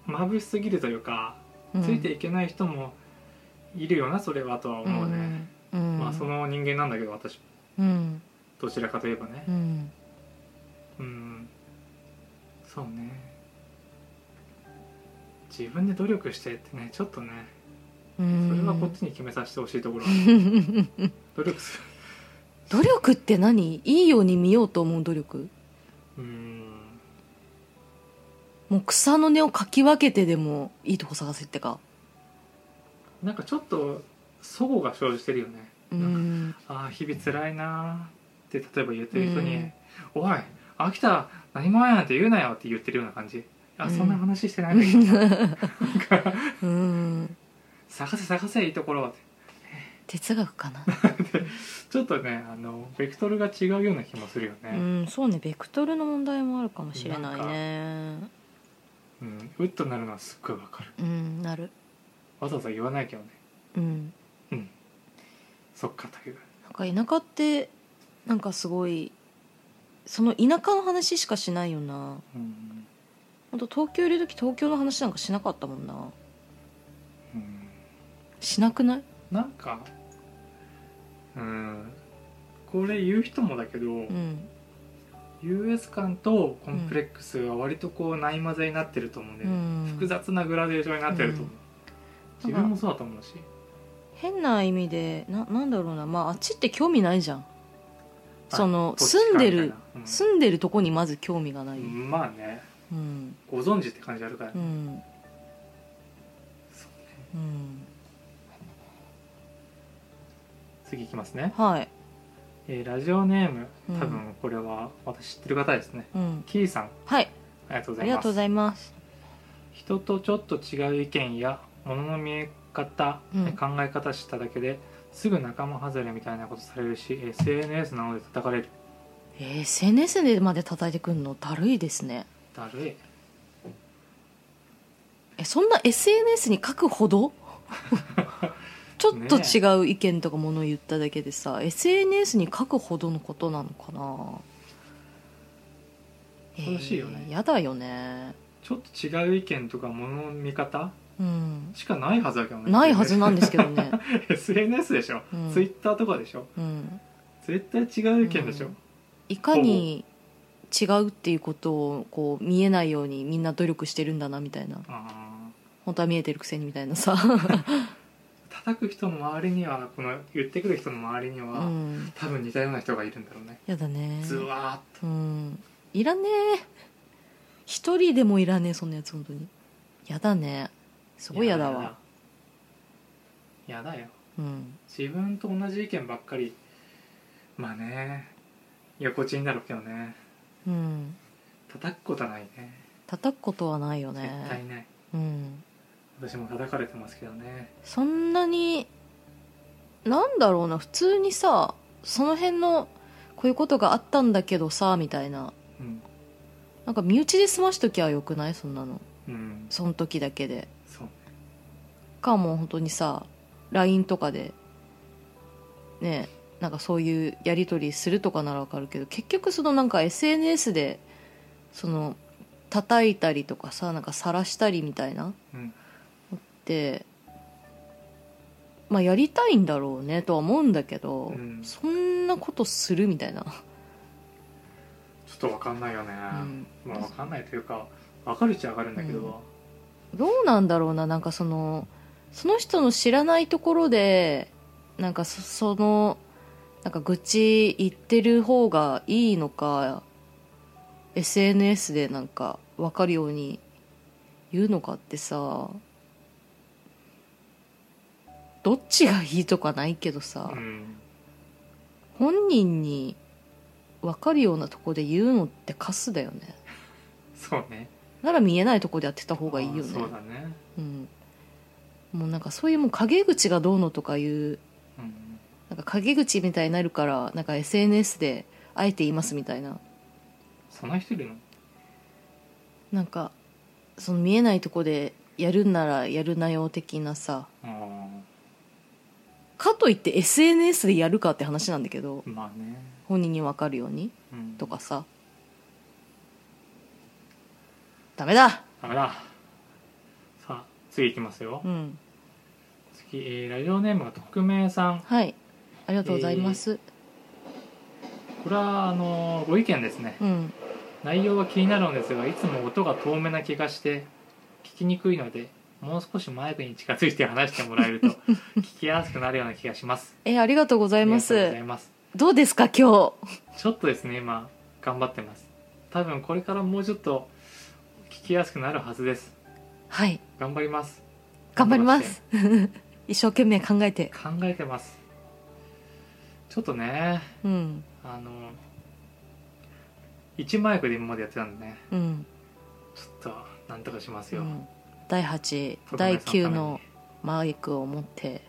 う眩しすぎるというか、
うん
ついていけない人もいるよなそれはとは思うね、
うん
まあその人間なんだけど私
うん
どちらかといえばね
うん
うん、そうね自分で努力してってねちょっとね
うん
それはこっちに決めさせてほしいところは、 努力す
努力って何いいように見ようと思う努力
るうん
もう草の根をかき分けてでもいいとこ探せってか
なんかちょっと齟齬が生じてるよね、
うん
ああ日々辛いなーって例えば言ってる人に「
うん
おい秋田何もやなんて言うなよ」って言ってるような感じあ、
うん
そんな話してないんだけどなんか
うん
探せ探せいいところって
哲学かな
ちょっとねあのベクトルが違うような気もするよ
う
ね、
んそうねベクトルの問題もあるかもしれないね
うんウッとなるのはすっごいわかる
うんなる
わざわざ言わないけどね
うん
うんそっかという
なんか田舎ってなんかすごいその田舎の話しかしないよな
うん、
ほんと東京いる時東京の話なんかしなかったもんな
うん、
しなくない
なんかうんこれ言う人もだけど、
うん、
US 感とコンプレックスは割とこうない混ぜになってると思うんで、
う
ね
ん、
複雑なグラデーションになってると思う、
うん
自分もそうだと思うし
変な意味でななんだろうなまああっちって興味ないじゃんその
あどっちか
住んで
み
る
たいなうん
住んでるとこにまず興味がないうん
まあね
うん
ご存知って感じあるから、
う
ね
ん
そうね次いきますね、
はい
えーラジオネーム
うん
多分これは私知ってる方ですね、
うん
キーさん
はい
ありがとうござ
あ
い
りが
ます
とうございます
人とちょっと違う意見やものの見え方、
うん
考え方知っただけですぐ仲間外れみたいなことされるし SNS なので叩かれる
えー SNS でまで叩いてくんのだるいですね
だるい
えそんな SNS に書くほど ちょっと違う意見とかものを言っただけでさ、SNS に書くほどのことなのかな
楽しいよね
えーやだよね
ちょっと違う意見とかものの見方
うん
しかないはずだけどね
ないはずなんですけど ね
SNS でしょ、
うん
Twitter とかでしょ
うん
絶対違う意見でしょ、
うんいかに違うっていうことをこう見えないようにみんな努力してるんだなみたいな
あ
本当は見えてるくせにみたいなさ、
ー叩く人の周りにはこの言ってくる人の周りに
う
は、
ん、
多分似たような人がいるんだろうね
やだね
ずわーっと
うんいらねえ一人でもいらねえそんなやつ本当にやだねすごいやだわ
やだやだよ
うん
自分と同じ意見ばっかりまあね横地になるけどね
うん
叩くことはないね
叩くことはないよ
絶対
ね
ない
うん
私も叩かれてますけどね
そんなになんだろうな普通にさその辺のこういうことがあったんだけどさみたいな
うん
なんか身内で済ましときゃよくないそんなの
うん
その時だけで
そう
かもう本当にさ LINE とかでねなんかそういうやり取りするとかならわかるけど結局そのなんか SNS でその叩いたりとかさなんか晒したりみたいなっ
うん
てまあやりたいんだろうねとは思うんだけど、
うん
そんなことするみたいな、
ちょっとわかんないよね、
うん
まあわかんないというかわかるっちゃわかるんだけど、
うんどうなんだろうななんかそのその人の知らないところでなんかそそのなんか愚痴言ってる方がいいのか SNS でなんか分かるように言うのかってさどっちがいいとかないけどさ、
うん
本人に分かるようなとこで言うのってカスだよね
そうね
なら見えないとこでやってた方がいいよね
あーそうだね、
うん、もうなんかそういうもう陰口がどうのとかいう
うん、
なんか陰口みたいになるからなんか SNS であえて言いますみたいな
そんな人いるの
なんかその見えないとこでやるんならやるなよ的なさ
あ
かといって SNS でやるかって話なんだけど
あまあね、
本人に分かるように
うん、
とかさダメだ
ダメださあ次いきますよ、
うん
次、えーラジオネームが匿名さん
はいありがとうございます、
これはあのーご意見ですね
うん
内容は気になるのですがいつも音が遠めな気がして聞きにくいのでもう少しマイクに近づいて話してもらえる と聞きやすくなるような気がします
えありがとうござ
あ
いま
りがとうござい
す
ます
どうですか今日
ちょっとですね今頑張ってます多分これからもうちょっと聞きやすくなるはずです
はい
頑張ります
頑張ります 一生懸命考えて
考えてますちょっとね
うん
あの1マイクで今までやってたんでね
うん、
ちょっとなんとかします
う
よ、
ん、第8
特命
第
さんため
9
に
のマイクを持って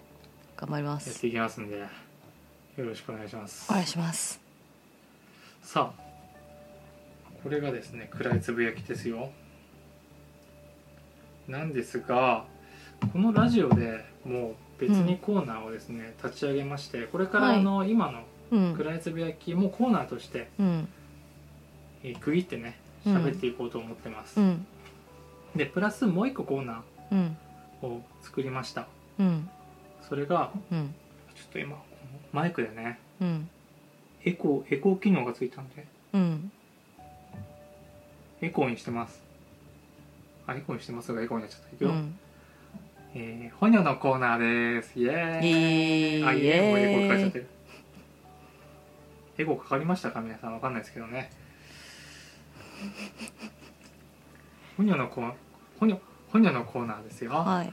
頑張りま
やっ
す
ていきますんでよろしくお願いします
お願いします
さあこれがですね暗いつぶやきですよなんですがこのラジオでもう別にコーナーをですね、立ち上げましてこれから
はい
あの、今の
うん
暗いつぶやきもコーナーとして
うん
えー区切ってね
うん
喋っていこうと思ってます、
うん
でプラスもう一個コーナ
うん
ーを作りました
うん
それが
うん
ちょっと今このマイクでね
うん
エコーエコー機能がついたんで
うん
エコーにしてますあエコーにしてますがエコーになっちゃったいく
う
よ、
ん
えー、ホニョのコーナーですイエーイ
イエーイ
あイエーイもうエコーかかっちゃってるエコーかかりましたか皆さんわかんないですけどねホニョのコーホニョホニョのコーナーですよ、
はい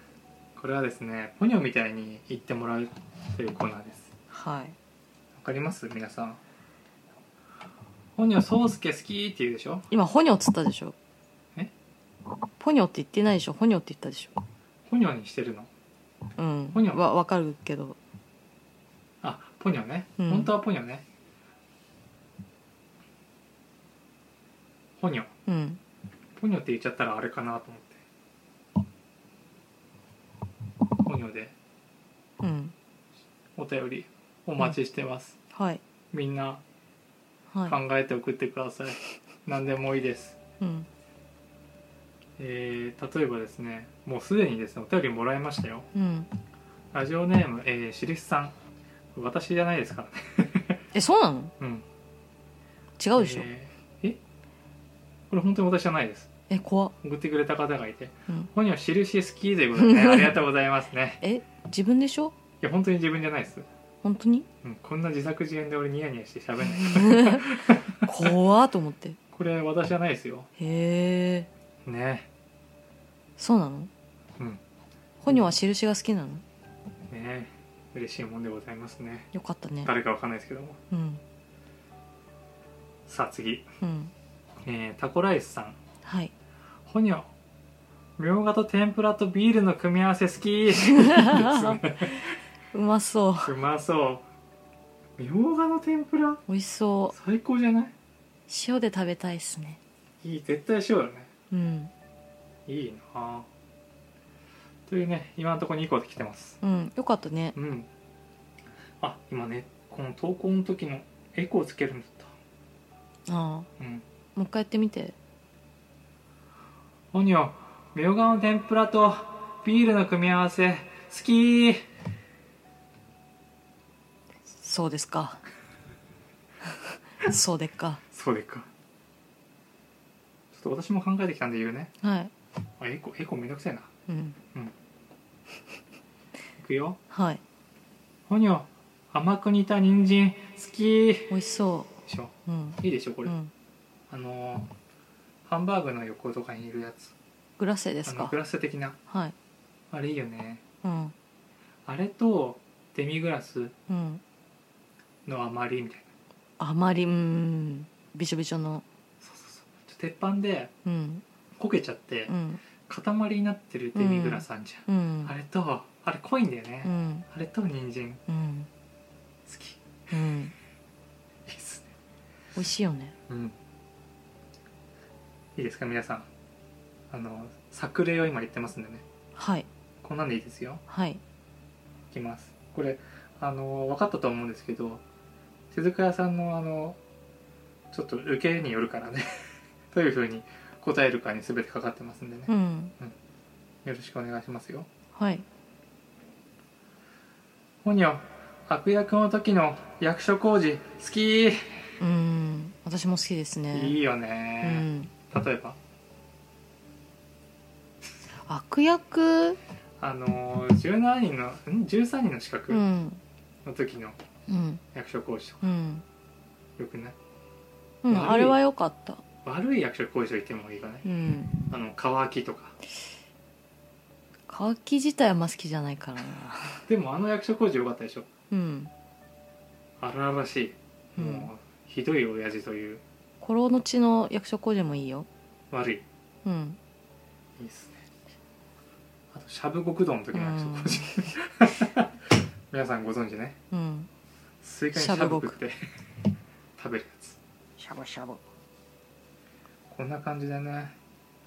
これはですねポニョみたいに言ってもらうというコーナーです
はい
わかります皆さんポニョソウスケ好きって言うでしょ
今ホニョっつったでしょ
え
ポニョって言ってないでしょホニョって言ったでしょ
ポニョにしてるの
うん
ホニョ
わわかるけど
あポニョね、
うん
本当はポニョねポニョ
うん
ポニョって言っちゃったらあれかなと思ってポニョで
うん
お便りお待ちしてます、
はい
みんな考
は
えて送ってください、何でもいいです
いうん
えー例えばですねもうすでにですねお便りもらいましたよ
うん
ラジオネーム、えー、しりすさん私じゃないですからね
えそうなの
うん
違うでしょ
えーえこれ本当に私じゃないです
え怖っ
送ってくれた方がいて
うん
本人は印好きということでねありがとうございますね
え自分でしょ
いや本当に自分じゃないです、
本当に
うん、こんな自作自演で俺ニヤニヤして喋んない
怖っと思ってへ
これ私じゃないですよ
え
ね
そうなの
うん
ホニョは印が好きなの
ね嬉しいもんでございますね
よかったね
誰かわかんないですけども
うん
さあ次、
うん
えータコライスさん
はい
ほにょみょうがと天ぷらとビールの組み合わせ好きですね
うまそう
うまそうみょうがの天ぷら
美味しそう
最高じゃない
塩で食べたいっすね
いい絶対しようよね
うん
いいなあというね今のところ2個で来てます
うんよかったね
うんあ今ねこの投稿の時のエコーつけるんだっ
ああ
たうん
もう一回やってみて
オニオンみょうがの天ぷらとビールの組み合わせ好きー
そうですか そうでっか
そうでっかちょっと私も考えてきたんで言うね
はい
あエコエコめんどくせえな
うん
いくよ
はい
オニオン甘く煮た人参好きーで
美味しそ
しょ
ううん
いいでしょこ
う
れ、
ん
あのーハンバーグの横とかにいるやつ
グラセで
あ
す
の
か
グラス的な
はい
あれいいよね
うん
あれとデミグラス
うん
の余りみたいな
あまりうんびしょびしょの
そうそうそうちょっと鉄板で
うん
焦げちゃって
うん
塊になってるデミグラスあんじゃん、
うん
あれとあれ濃いんだよね、
うん
あれと人参好
うん
き
うん
いいっすね
美味しいよね
うんいいですか皆さんあの作例を今言ってますんでね
はい
こんなんでいいですよ
はい
いきますこれあの分かったと思うんですけど手塚屋さんのあのちょっと受けによるからね どういうふうに答えるかに全てかかってますんでね、
うん
よろしくお願いしますよ
はい
ほにょ悪役の時の役所工事好き
うん私も好きですね
いいよ
う
ね、
ん、
例えば
悪役
あのー17人のん13人の資格
う
の
ん
時の
うん
役所工事とか
うん、
よくない
うん、
悪い
あれは良かった
悪い役所工事と言ってもいいかね
うん
あの乾きとか
乾き自体はあんま好きじゃないからな
でもあの役所工事良かったでしょ
うん
荒々しい、
うん
もうひどい親父という
古老の地の役所工事もいいよ
悪い
うん
いいっすねあとしゃぶ極道の時の役所工事皆さんご存知ね
うん
スイカにしゃぶ食って食べるやつ
しゃぶしゃぶ
こんな感じでね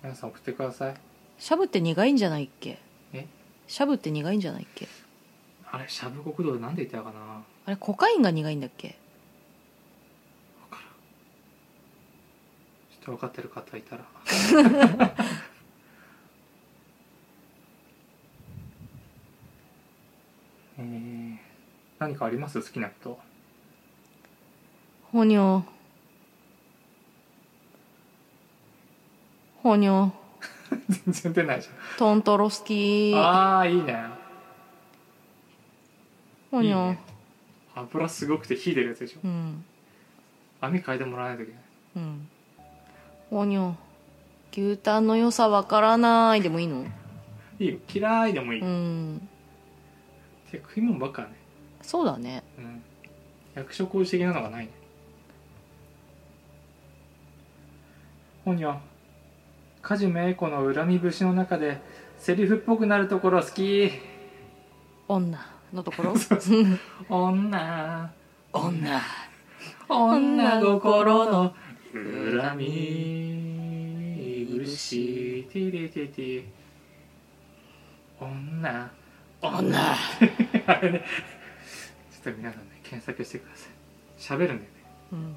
皆さん送ってください
しゃぶって苦いんじゃないっけ
え
しゃぶって苦いんじゃないっけ
あれしゃぶ極道なんで言ったかな
あれコカインが苦いんだっけ
ちょっと分かってる方いたら えー、何かあります好きな人
ほにょほにょ
全然出ないじ
トントロ好き
ゃんああいいね
ほに
いい
ょ
ね油すごくて火出るやつでしょ
うん
網変えてもらわないといけない
うんほにょ牛タンの良さわからないでもいいの
いいよ嫌いでもいい、
う
て
ん
か食い物ばっかね、
そうだね
うん、役所工事的なのがないねほにょ梶芽衣子の恨み節の中でセリフっぽくなるところ好き
女のとこ ろ
女
女
女心の恨み節ティリティティ女女
女
あれねちょっと皆さんね検索してください喋るんだよね
うん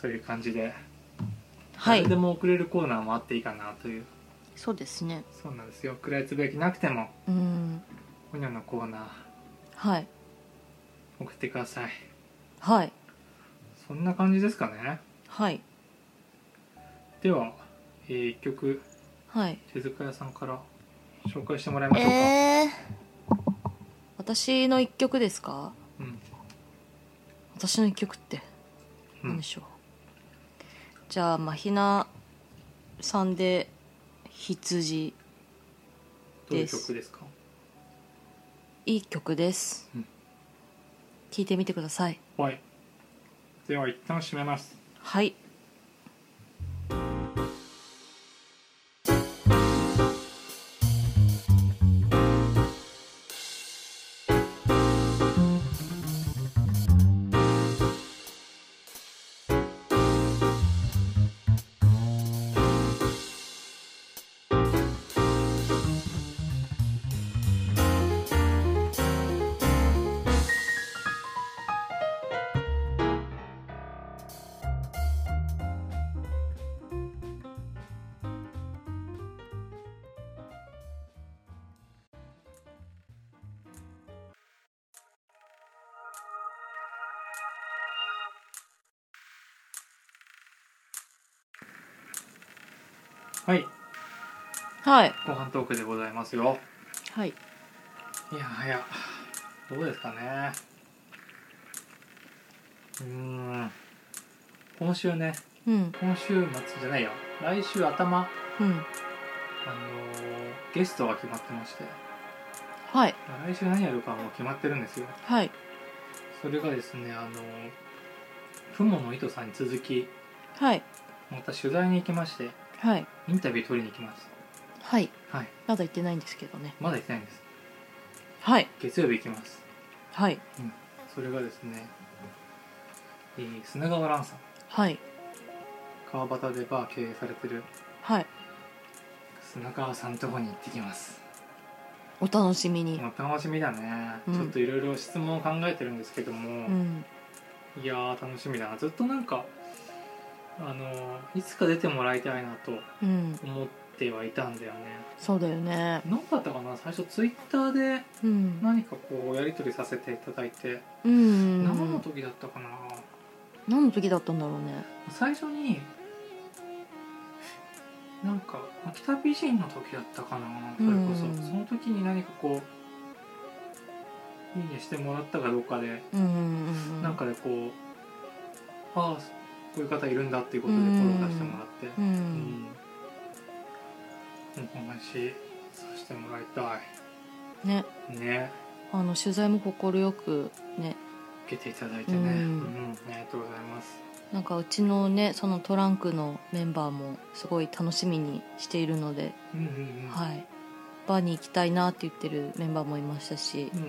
という感じで
は
誰
い
でも送れるコーナーもあっていいかなという
そうですね
そうなんですよ食らいつぶやきなくても
うん
ほにゃのコーナー
はい
送ってください
はい
そんな感じですかね
はい
では、えー、一曲
はい
手塚屋さんから紹介してもらいましょうか、
えー、私の一曲ですか
うん
私の一曲って
うん
何でしょう、じゃあまひなさんで羊
どういう曲ですか
いい曲です
うん
聴、いてみてください
はいでは一旦閉めます
はい
はい
はい
後半トークでございますよ
はい
いやはやどうですかねうーん今週ね
うん
今週末じゃないや来週頭
う
あ
ん
のーゲストが決まってまして
はい
来週何やるかもう決まってるんですよ
はい
それがですねあのーふもの糸さんに続き
はい
また取材に行きまして
はい
インタビュー取りに行きまし
はい
たはい
まだ行ってないんですけどね
まだ行ってないんです
はい
月曜日行きます
はい
それがですね、えー砂川蘭さん
はい
川端でバー経営されてる
はい
砂川さんとこに行ってきます
お楽しみに
もう楽しみだね、
うん
ちょっといろいろ質問を考えてるんですけど
う
も、
ん
いやー楽しみだなずっとなんかあのいつか出てもらいたいなと
うん
思ってはいたんだよね
そうだよね
何だったかな最初ツイッターで
うん
何かこうやり取りさせていただいて、
うん
何の時だったかな
何の時だったんだろうね
最初になんか秋田美人の時だったかなそれこそ、
うん
その時に何かこういいねしてもらったかどうかで、
うんうんうんうん
なんかでこうああこういう方いるんだっていうことで
う
フ
ん
ォロー出してもらって、
う
うん
ん
お話させてもらいた
ね
いね
あの取材も快くね
受けていただいてね、
う
う
ん
んありがとうございます
なんかうちのねそのトランクのメンバーもすごい楽しみにしているので、
うんうんうん
はいバーに行きたいなって言ってるメンバーもいましたし、
うんうん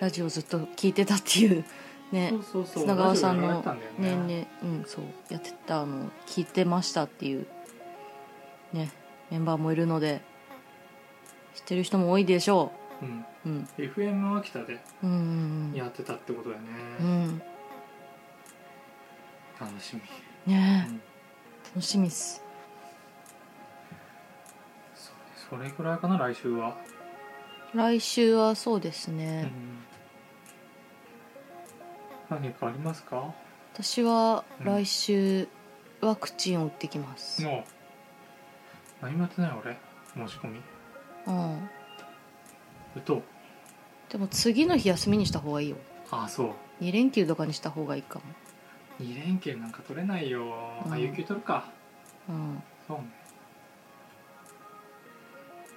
ラジオずっと聞いてたっていう
うん
ね
そうそうそう
砂川さんの
ラジオで流れてたんだ
ね
よね
ねうんそうやってたの聞いてましたっていうねメンバーもいるので知ってる人も多いでしょ
うん
う、うん、
FM 秋田で
うんうん
やってたってことだよね、
うんうん
楽しみ、
ね
うん
楽しみっす
そうねそれぐらいかな来週は、
来週はそうです
う
ね、
ん何かありますかも
私は
うん
来週ワクチンを打ってきます、
う何もやってない俺申し込み
うん、
打とう
でも次の日休みにした方がいいよ
ああそう
2連休とかにした方がいいか
2連休なんか取れないよ、
う
あ
ん
有給取るか
も、うん、
そうね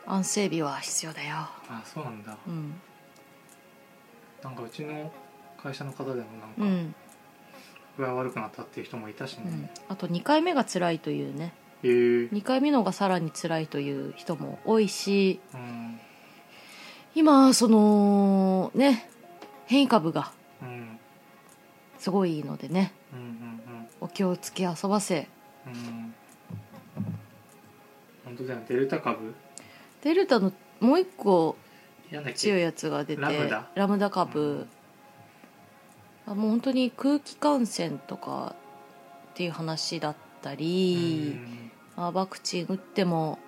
安静日は必要だよ、
あそうなんだ
うん
なんかうちの会社の方でもなん
う
か
ん
具合悪くなったっていう人もいたし
う
ね
ん、あと2回目が辛いというね
へえ
2回目のがさらに辛いという人も多いし
うん
今そのね変異株が
うん
すごいのでね
うんうん
お気をつけ遊ばせ
うんうん本当だよデルタ株
デルタのもう一個
なんだっけ
強いやつが出て
ラムダ
ダ株、あもう本当に空気感染とかっていう話だったり、
うん
まあ、ワクチン打っても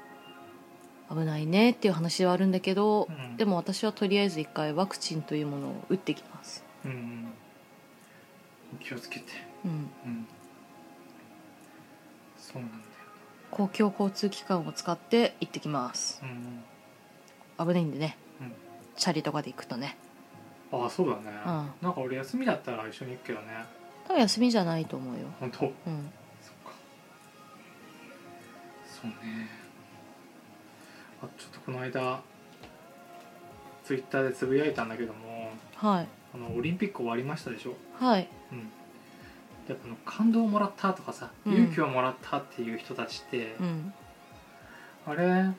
危ないねっていう話はあるんだけど、
うん
でも私はとりあえず一回ワクチンというものを打ってきます、
うんうん気をつけて
うん、
うんそうなんだよ
公共交通機関を使って行ってきます
うん
危ないんでね、
うん
チャリとかで行くとね
うんああそうだね、
うん
なんか俺休みだったら一緒に行くけどね
多分休みじゃないと思うよ、
本当
うん、
そっかそうねあちょっとこの間ツイッターでつぶやいたんだけども
はい
あのオリンピック終わりましたでしょ、
はい
うん、であの感動をもらったとかさ、
うん
勇気をもらったっていう人たちって、
うん
あれ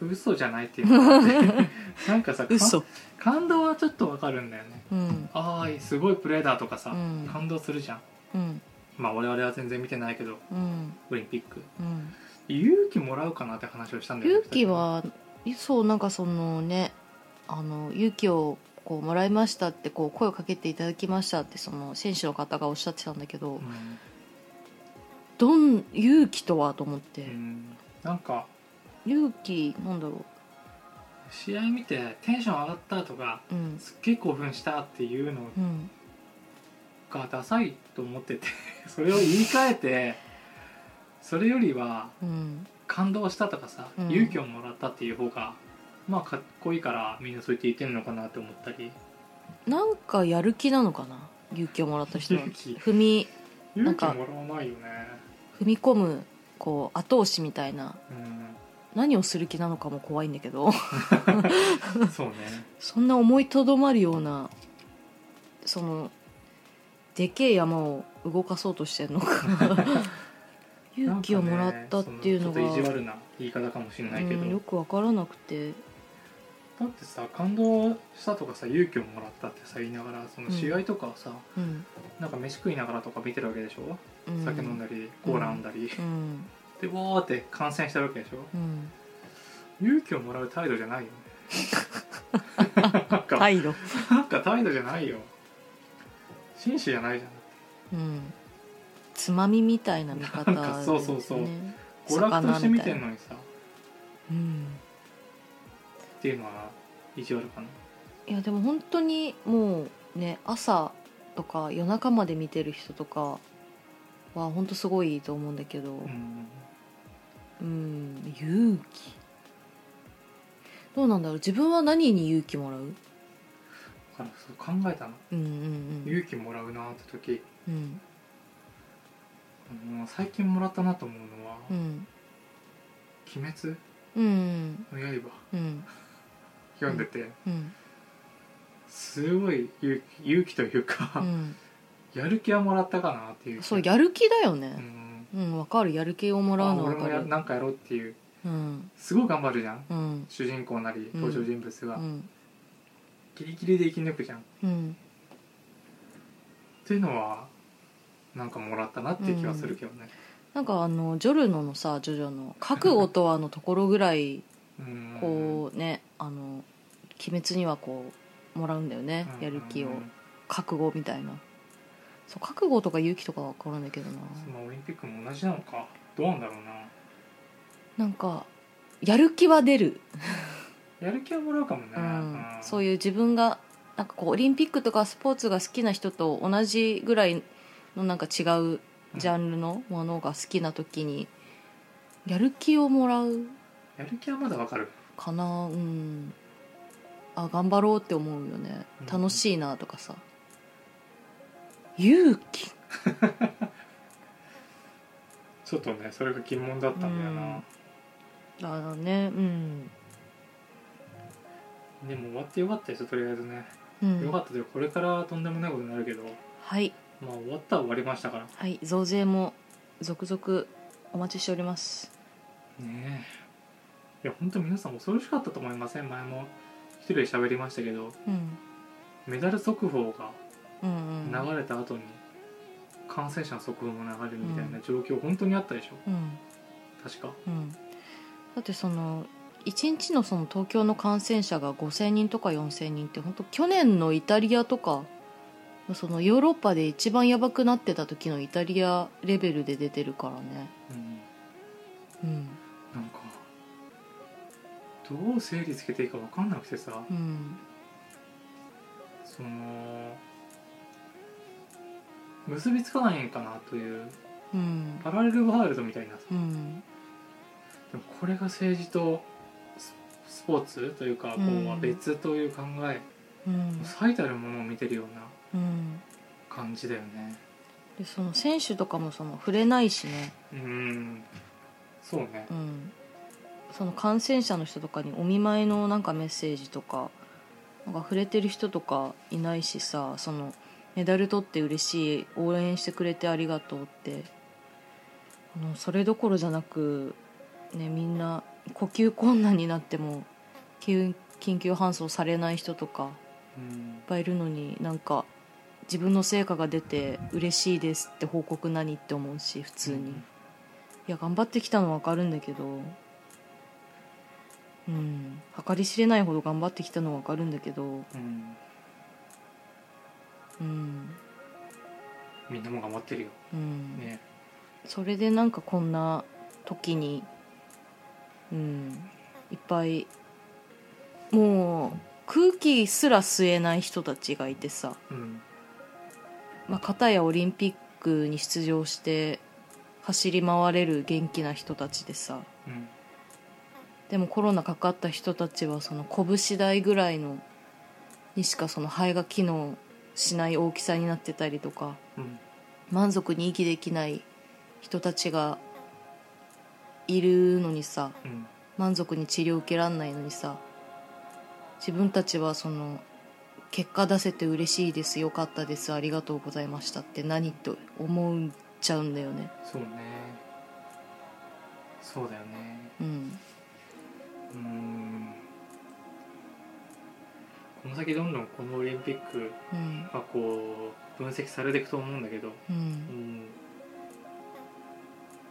嘘じゃないって いうのがあってなんかさか
嘘
感動はちょっとわかるんだよね
うん
ああすごいプレーだとかさ、
うん
感動するじゃん
うん
まあ我々は全然見てないけど
うん
オリンピック
うん
勇気もらうかなって話をしたんだよね
勇気はいそうなんかそのねあの勇気をこうもらいましたってこう声をかけていただきましたってその選手の方がおっしゃってたんだけ
二
ど、
人とも
どん勇気とはと思って、
うん、うんなんか
勇気なんだろ
試合見てテンション上がったとか
ううん
すっげえ興奮したっていうの
うん
がダサいと思って てそれを言い換えてそれよりは
うん
感動したとかさ、
うん
勇気をもらったっていう方がまあかっこいいからみんなそう言って言ってるのかなって思ったり
なんかやる気なのかな勇気をもらった人は
勇気
踏み
勇
ん
気
か
もらわないよね
踏み込むこう後押しみたいな何をする気なのかも怖いんだけど
うんそうね
そんな思いとどまるようなそのでけえ山を動かそうとしてるの か 勇気をもらったっていうのが
なんかねそのちょっと意地悪な言い方かもしれないけど、
うんよく分からなくて
だってさ感動したとかさ勇気をもらったってさ言いながらその
うん
試合とかをさ、
うん、
なんか飯食いながらとか見てるわけでしょ、
うん、
酒飲んだりコーラ飲んだり、
うん
でわーって感染してるわけでしょ
うん
勇気をもらう態度じゃないよねなんか、
態度
なんか態度じゃないよ紳士じゃないじゃん
うんつまみみたいな見方
なんか そうそうそう
ね
娯楽として見てん
魚み
のにさ
たいなうん
っていうのは意地悪かない
やでも本当にもうね朝とか夜中まで見てる人とかは本当すごいと思うんだけど、
うん
うん勇気どうなんだろう自分は何に勇気もらう
だからそう考えたの
うんうんうん
勇気もらうなって時
うん
もう最近もらったなと思うのは「
うん
鬼滅
うん
の刃
うん」
読んでて、
うん
すごい勇気勇気というか、
うん
やる気はもらったかなっていう
そうやる気だよね
うん
うんわかるやる気をもらう
あ
の
俺
わか
もや
る
なんかやろうっていう
うん
すごい頑張るじゃん
うん
主人公なり
うん
登場人物
う
が、
ん
ギリギリで生き抜くじゃんっ
うん
ていうのはなんかもらったなっていう気はするけどね
なんかあのジョルノのさジョジョの「覚悟とは」のところぐらい
うん
こうねあの鬼滅にはこうもらうんだよね
うん
やる気を
うん
覚悟みたいなそう覚悟とか勇気とかは分からないけどな
まあオリンピックも同じなのかどうなんだろうな
なんかやる気は出る、
やる気はもらうかもね、
うんそう
い
いう自分がなんかこうオリンピックとかスポーツが好きな人と同じぐらいのなんか違うジャンルのものが好きな時にやる気をもらう
うんやる気はまだわかる
かなうんあ頑張ろうって思うよね
うん
楽しいなとかさ、勇気
ちょっとねそれが疑問だったんだよな、
だねうん、
でも終わってよかったですよとりあえずね、
う
よ
ん
か、ったでこれからとんでもないことになるけど
はい
まあ終わったら終わりましたから
はい増税も続々お待ちしております
ねえいや本当皆さん恐ろしかったと思いません前も一人で喋りましたけど
うん
メダル速報が
うんうん
流れた後に感染者の速報も流れるみたいな状況、本当にあったでしょ
うん
確か
うんだってその1日のその東京の感染者が5,000人とか4,000人って本当去年のイタリアとかそのヨーロッパで一番やばくなってた時のイタリアレベルで出てるからね
うん
うん
なんかどう整理つけていいか分かんなくてさ
うん
その結びつかないんかなという
うん
パラレルワールドみたいなさ
うん
でもこれが政治とススポーツというかこ
うん
うは別という考え、
うん
最たるものを見てるような
うん
感じだよね
でその選手とかもその触れないしね、
うんそうね
うん、その感染者の人とかにお見舞いのなんかメッセージとかなんか触れてる人とかいないしさそのメダル取って嬉しい応援してくれてありがとうってあのそれどころじゃなく、ね、みんな呼吸困難になっても急緊急搬送されない人とか
うん
いっぱいいるのになんか自分の成果が出て嬉しいですって報告何って思うし普通に、
うん
いや頑張ってきたのは分かるんだけどうん計り知れないほど頑張ってきたのは分かるんだけど
うん
うん、
みんなも頑張ってるよ
うん
ね
それでなんかこんな時にうんいっぱいもう空気すら吸えない人たちがいてさ、
うん
まあ、片やオリンピックに出場して走り回れる元気な人たちでさ
うん
でもコロナかかった人たちはその拳代ぐらいのにしかその肺が機能しない大きさになってたりとか
うん
満足に息できない人たちがいるのにさ
うん
満足に治療受けらんないのにさ自分たちはその結果出せて嬉しいですよかったですありがとうございましたって何と思っちゃうんだよね
そうねそうだよね
うん
うんこの先どんどんこのオリンピック
うん
がこう分析されていくと思うんだけど
う
うん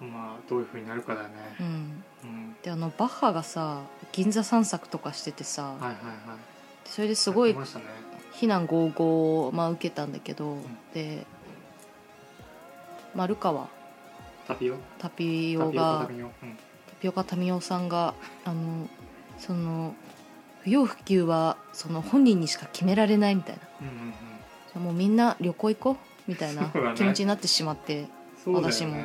んまあどういうふうになるかだよね
うん
うん
であのバッハがさ銀座散策とかしててさ、
はいはいはい
それです
や
ごい
ってましたね
非難合々を、まあ、受けたんだけど、で丸川
タピオ
タピ
タ
オ
ピオカタ
が
ピオ、うん、
タピオカタミオさんがあのその不要不急はその本人にしか決められないみたいな
うんうんうん
じゃあもうみんな旅行行こうみたいな
そうだね
気持ちになってしまって、
そうだよね
私も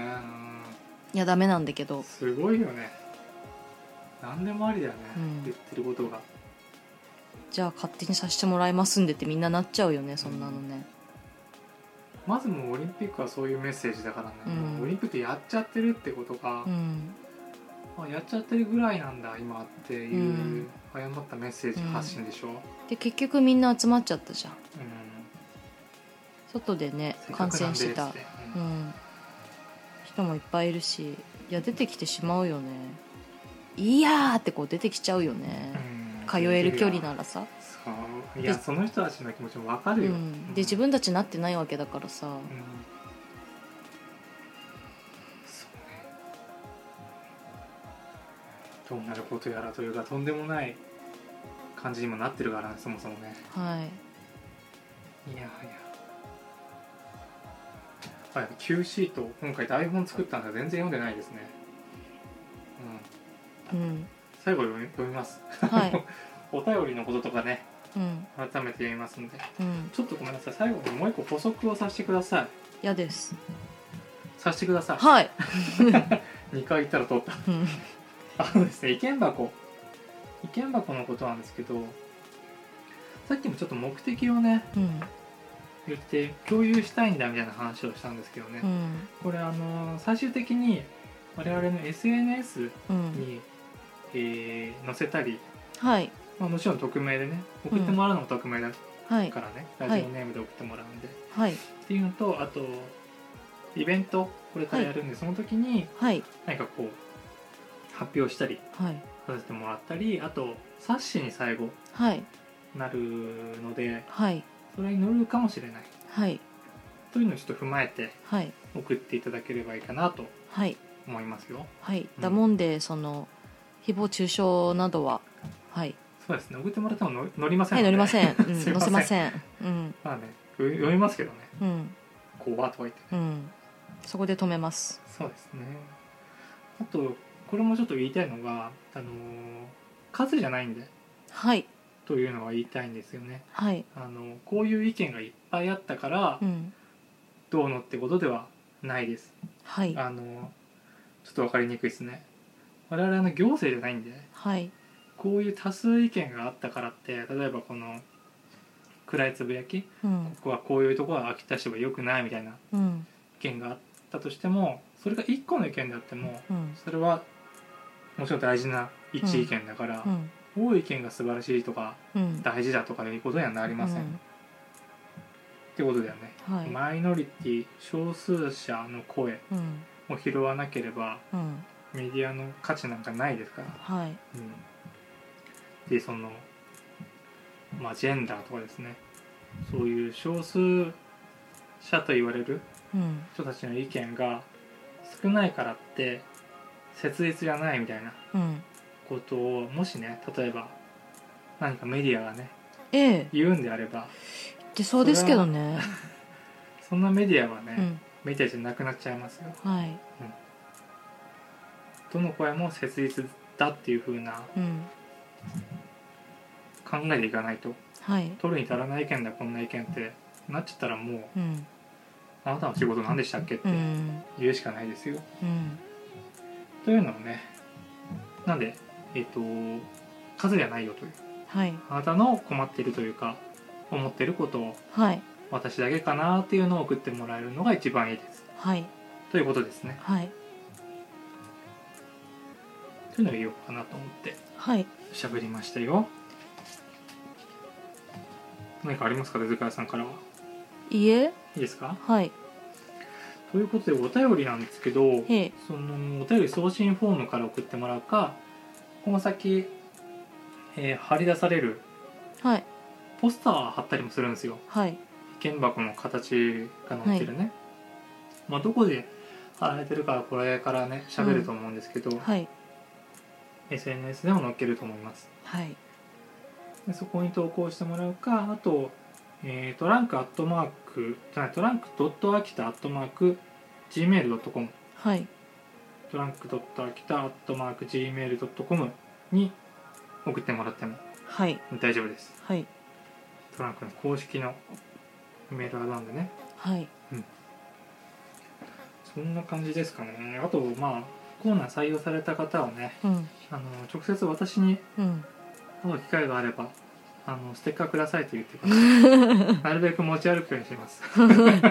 いやダメなんだけど
うんすごいよね何でもありだよね、
うん
言ってることが
じゃあ勝手にさせてもらいますんでってみんななっちゃうよねそんなのね、
まずもうオリンピックはそういうメッセージだからね、
うん
オリンピックやっちゃってるってことが
う、ん、
あやっちゃってるぐらいなんだ今っていう、
うん
誤ったメッセージ発信でしょ、うん
で結局みんな集まっちゃったじゃん外でね
せっか
感
くなん
染
で
してた
っつって
う
うん
ん人もいっぱいいるしいや出てきてしまうよねいやーってこう出てきちゃうよね、
うん
通える距離ならさ、
そういや
で
その人たちの気持ちもわか
う
るよ、
ん、で自分たちなってないわけだからさ、
うんそうねどうなることやらというかとんでもない感じにもなってるからねそもそもね
はい
いやいやあ Q シート今回台本作ったんだ全然読んでないですね、うん、
うん
最後読み読みます
はい、
お便りのこととかね
うん
改めて読みますんで
うん
ちょっとごめんなさい最後にもう一個補足をさせてください
嫌です
させてください
はい、
2回言ったら通った
うん
あのですね意見箱意見箱のことなんですけどさっきもちょっと目的をね
うん
言って共有したいんだみたいな話をしたんですけどね、
うん
これあの最終的に我々の SNS
うん
に、えー載せたり、
はい
まあ、もちろん匿名でね送ってもらうのも匿名だか
はい
らね、
い
ラジオネームで送ってもらうんで、
はい
っていうのとあとイベントこれからやるんで、その時に
はい
何かこう発表したり
はい
させてもらったりあと冊子に最後
はい
なるので
はい
それに乗るかもしれない
はい
というのをちょっと踏まえて
はい
送っていただければいいかなと
はい
思いますよ
はい、
うん
だもんでその誹謗中傷などははい、
そうですね送ってもらっても乗乗りません
はい、
ので
乗りません、うん、
すいま
乗
せ
せ
ん
ませんうん
まあねう読みますけどね
うん
こうわとか言って
うんそこで止めます
そうですねあとこれもちょっと言いたいのがあのー数じゃないんで
はい
というのは言いたいんですよね
はい
あのこういう意見がいっぱいあったから
うん
どうのってことではないです
はい
あのちょっと分かりにくいですね我々あの行政じゃないんで
はい
こういう多数意見があったからって例えばこの暗いつぶやきこ
うん
こはこういうところは秋田市は良くないみたいな
うん
意見があったとしてもそれが1個の意見であっても
うん
それはもちろん大事な一意見だから
う、ん
多い意見が素晴らしいとか
うん
大事だとかいうことにはなりません、ってことだよね、
うんはい
マイノリティ少数者の声
うん
を拾わなければ
うん
メディアの価値なんかないですから、
はい
うん、でそのまあジェンダーとかですねそういう少数者と言われる
うん
人たちの意見が少ないからって切実じゃないみたいな
うん
ことをもしね例えば何かメディアがね
ええ
言うんであれば
出そうですけどね
そんなメディアはね、
うん
メディアじゃなくなっちゃいますよ
はい
どの声も切実だっていう風な
うん
考えていかないと
はい
取るに足らない意見だこんな意見ってなっちゃったらもう
うん
あなたの仕事何でしたっけって
うん
言うしかないですよ。
うん
というのをねなんでえっ、と数じゃないよという
はい
あなたの困っているというか思っていることを
はい
私だけかなっていうのを送ってもらえるのが一番いいです。
はい
ということですね。
はい
というのを言おうかなと思って
はい
喋りましたよ。何かありますか手塚さんからは。
いいえ
いいですか
はい
ということでお便りなんですけど
ええ
そのお便り送信フォームから送ってもらうかこの先、えー貼り出される
はい
ポスター貼ったりもするんですよ
はい
意見箱の形が載ってるね、まあどこで貼られてるかはこれからね喋ると思うんですけど、
はい
SNS でも載っけると思います
はい
でそこに投稿してもらうかあと、えートランクアットマークじゃないトランクドットアキタアットマーク gmail.com
はい
トランク a k i t a g m a i l c o m に送ってもらっても
はい
大丈夫です
はい
トランクの公式のメールアドなんでね
はい
そんな感じですかねあとまあコーナー採用された方はね
うん
あの直接私に
うん
会う機会があればあのステッカーくださいと言ってく ださいなるべく持ち歩くようにします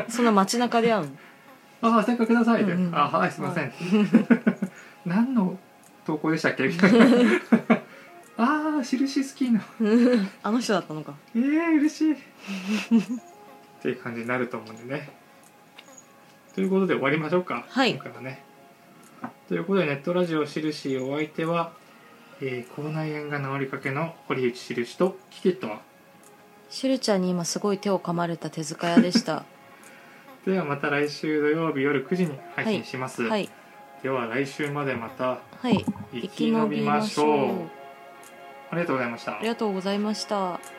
そんな街中で会うの
ああステッカーくださいって、
うんうん
あはいすいませ ん、何の投稿でしたっけみたいなああ印好きな
あの人だったのか
えー、嬉しいっていう感じになると思うんでねということで終わりましょうか、
はい
今回はねということでネットラジオ印お相手は、えー、口内炎が治りかけの堀内印とキキット
シュルちゃんに今すごい手を噛まれた手塚屋でした
ではまた来週土曜日夜9時に配信します、
はい
では来週までまた
はい
生き延びましょう
生き延びましょう
ありがとうございました
ありがとうございました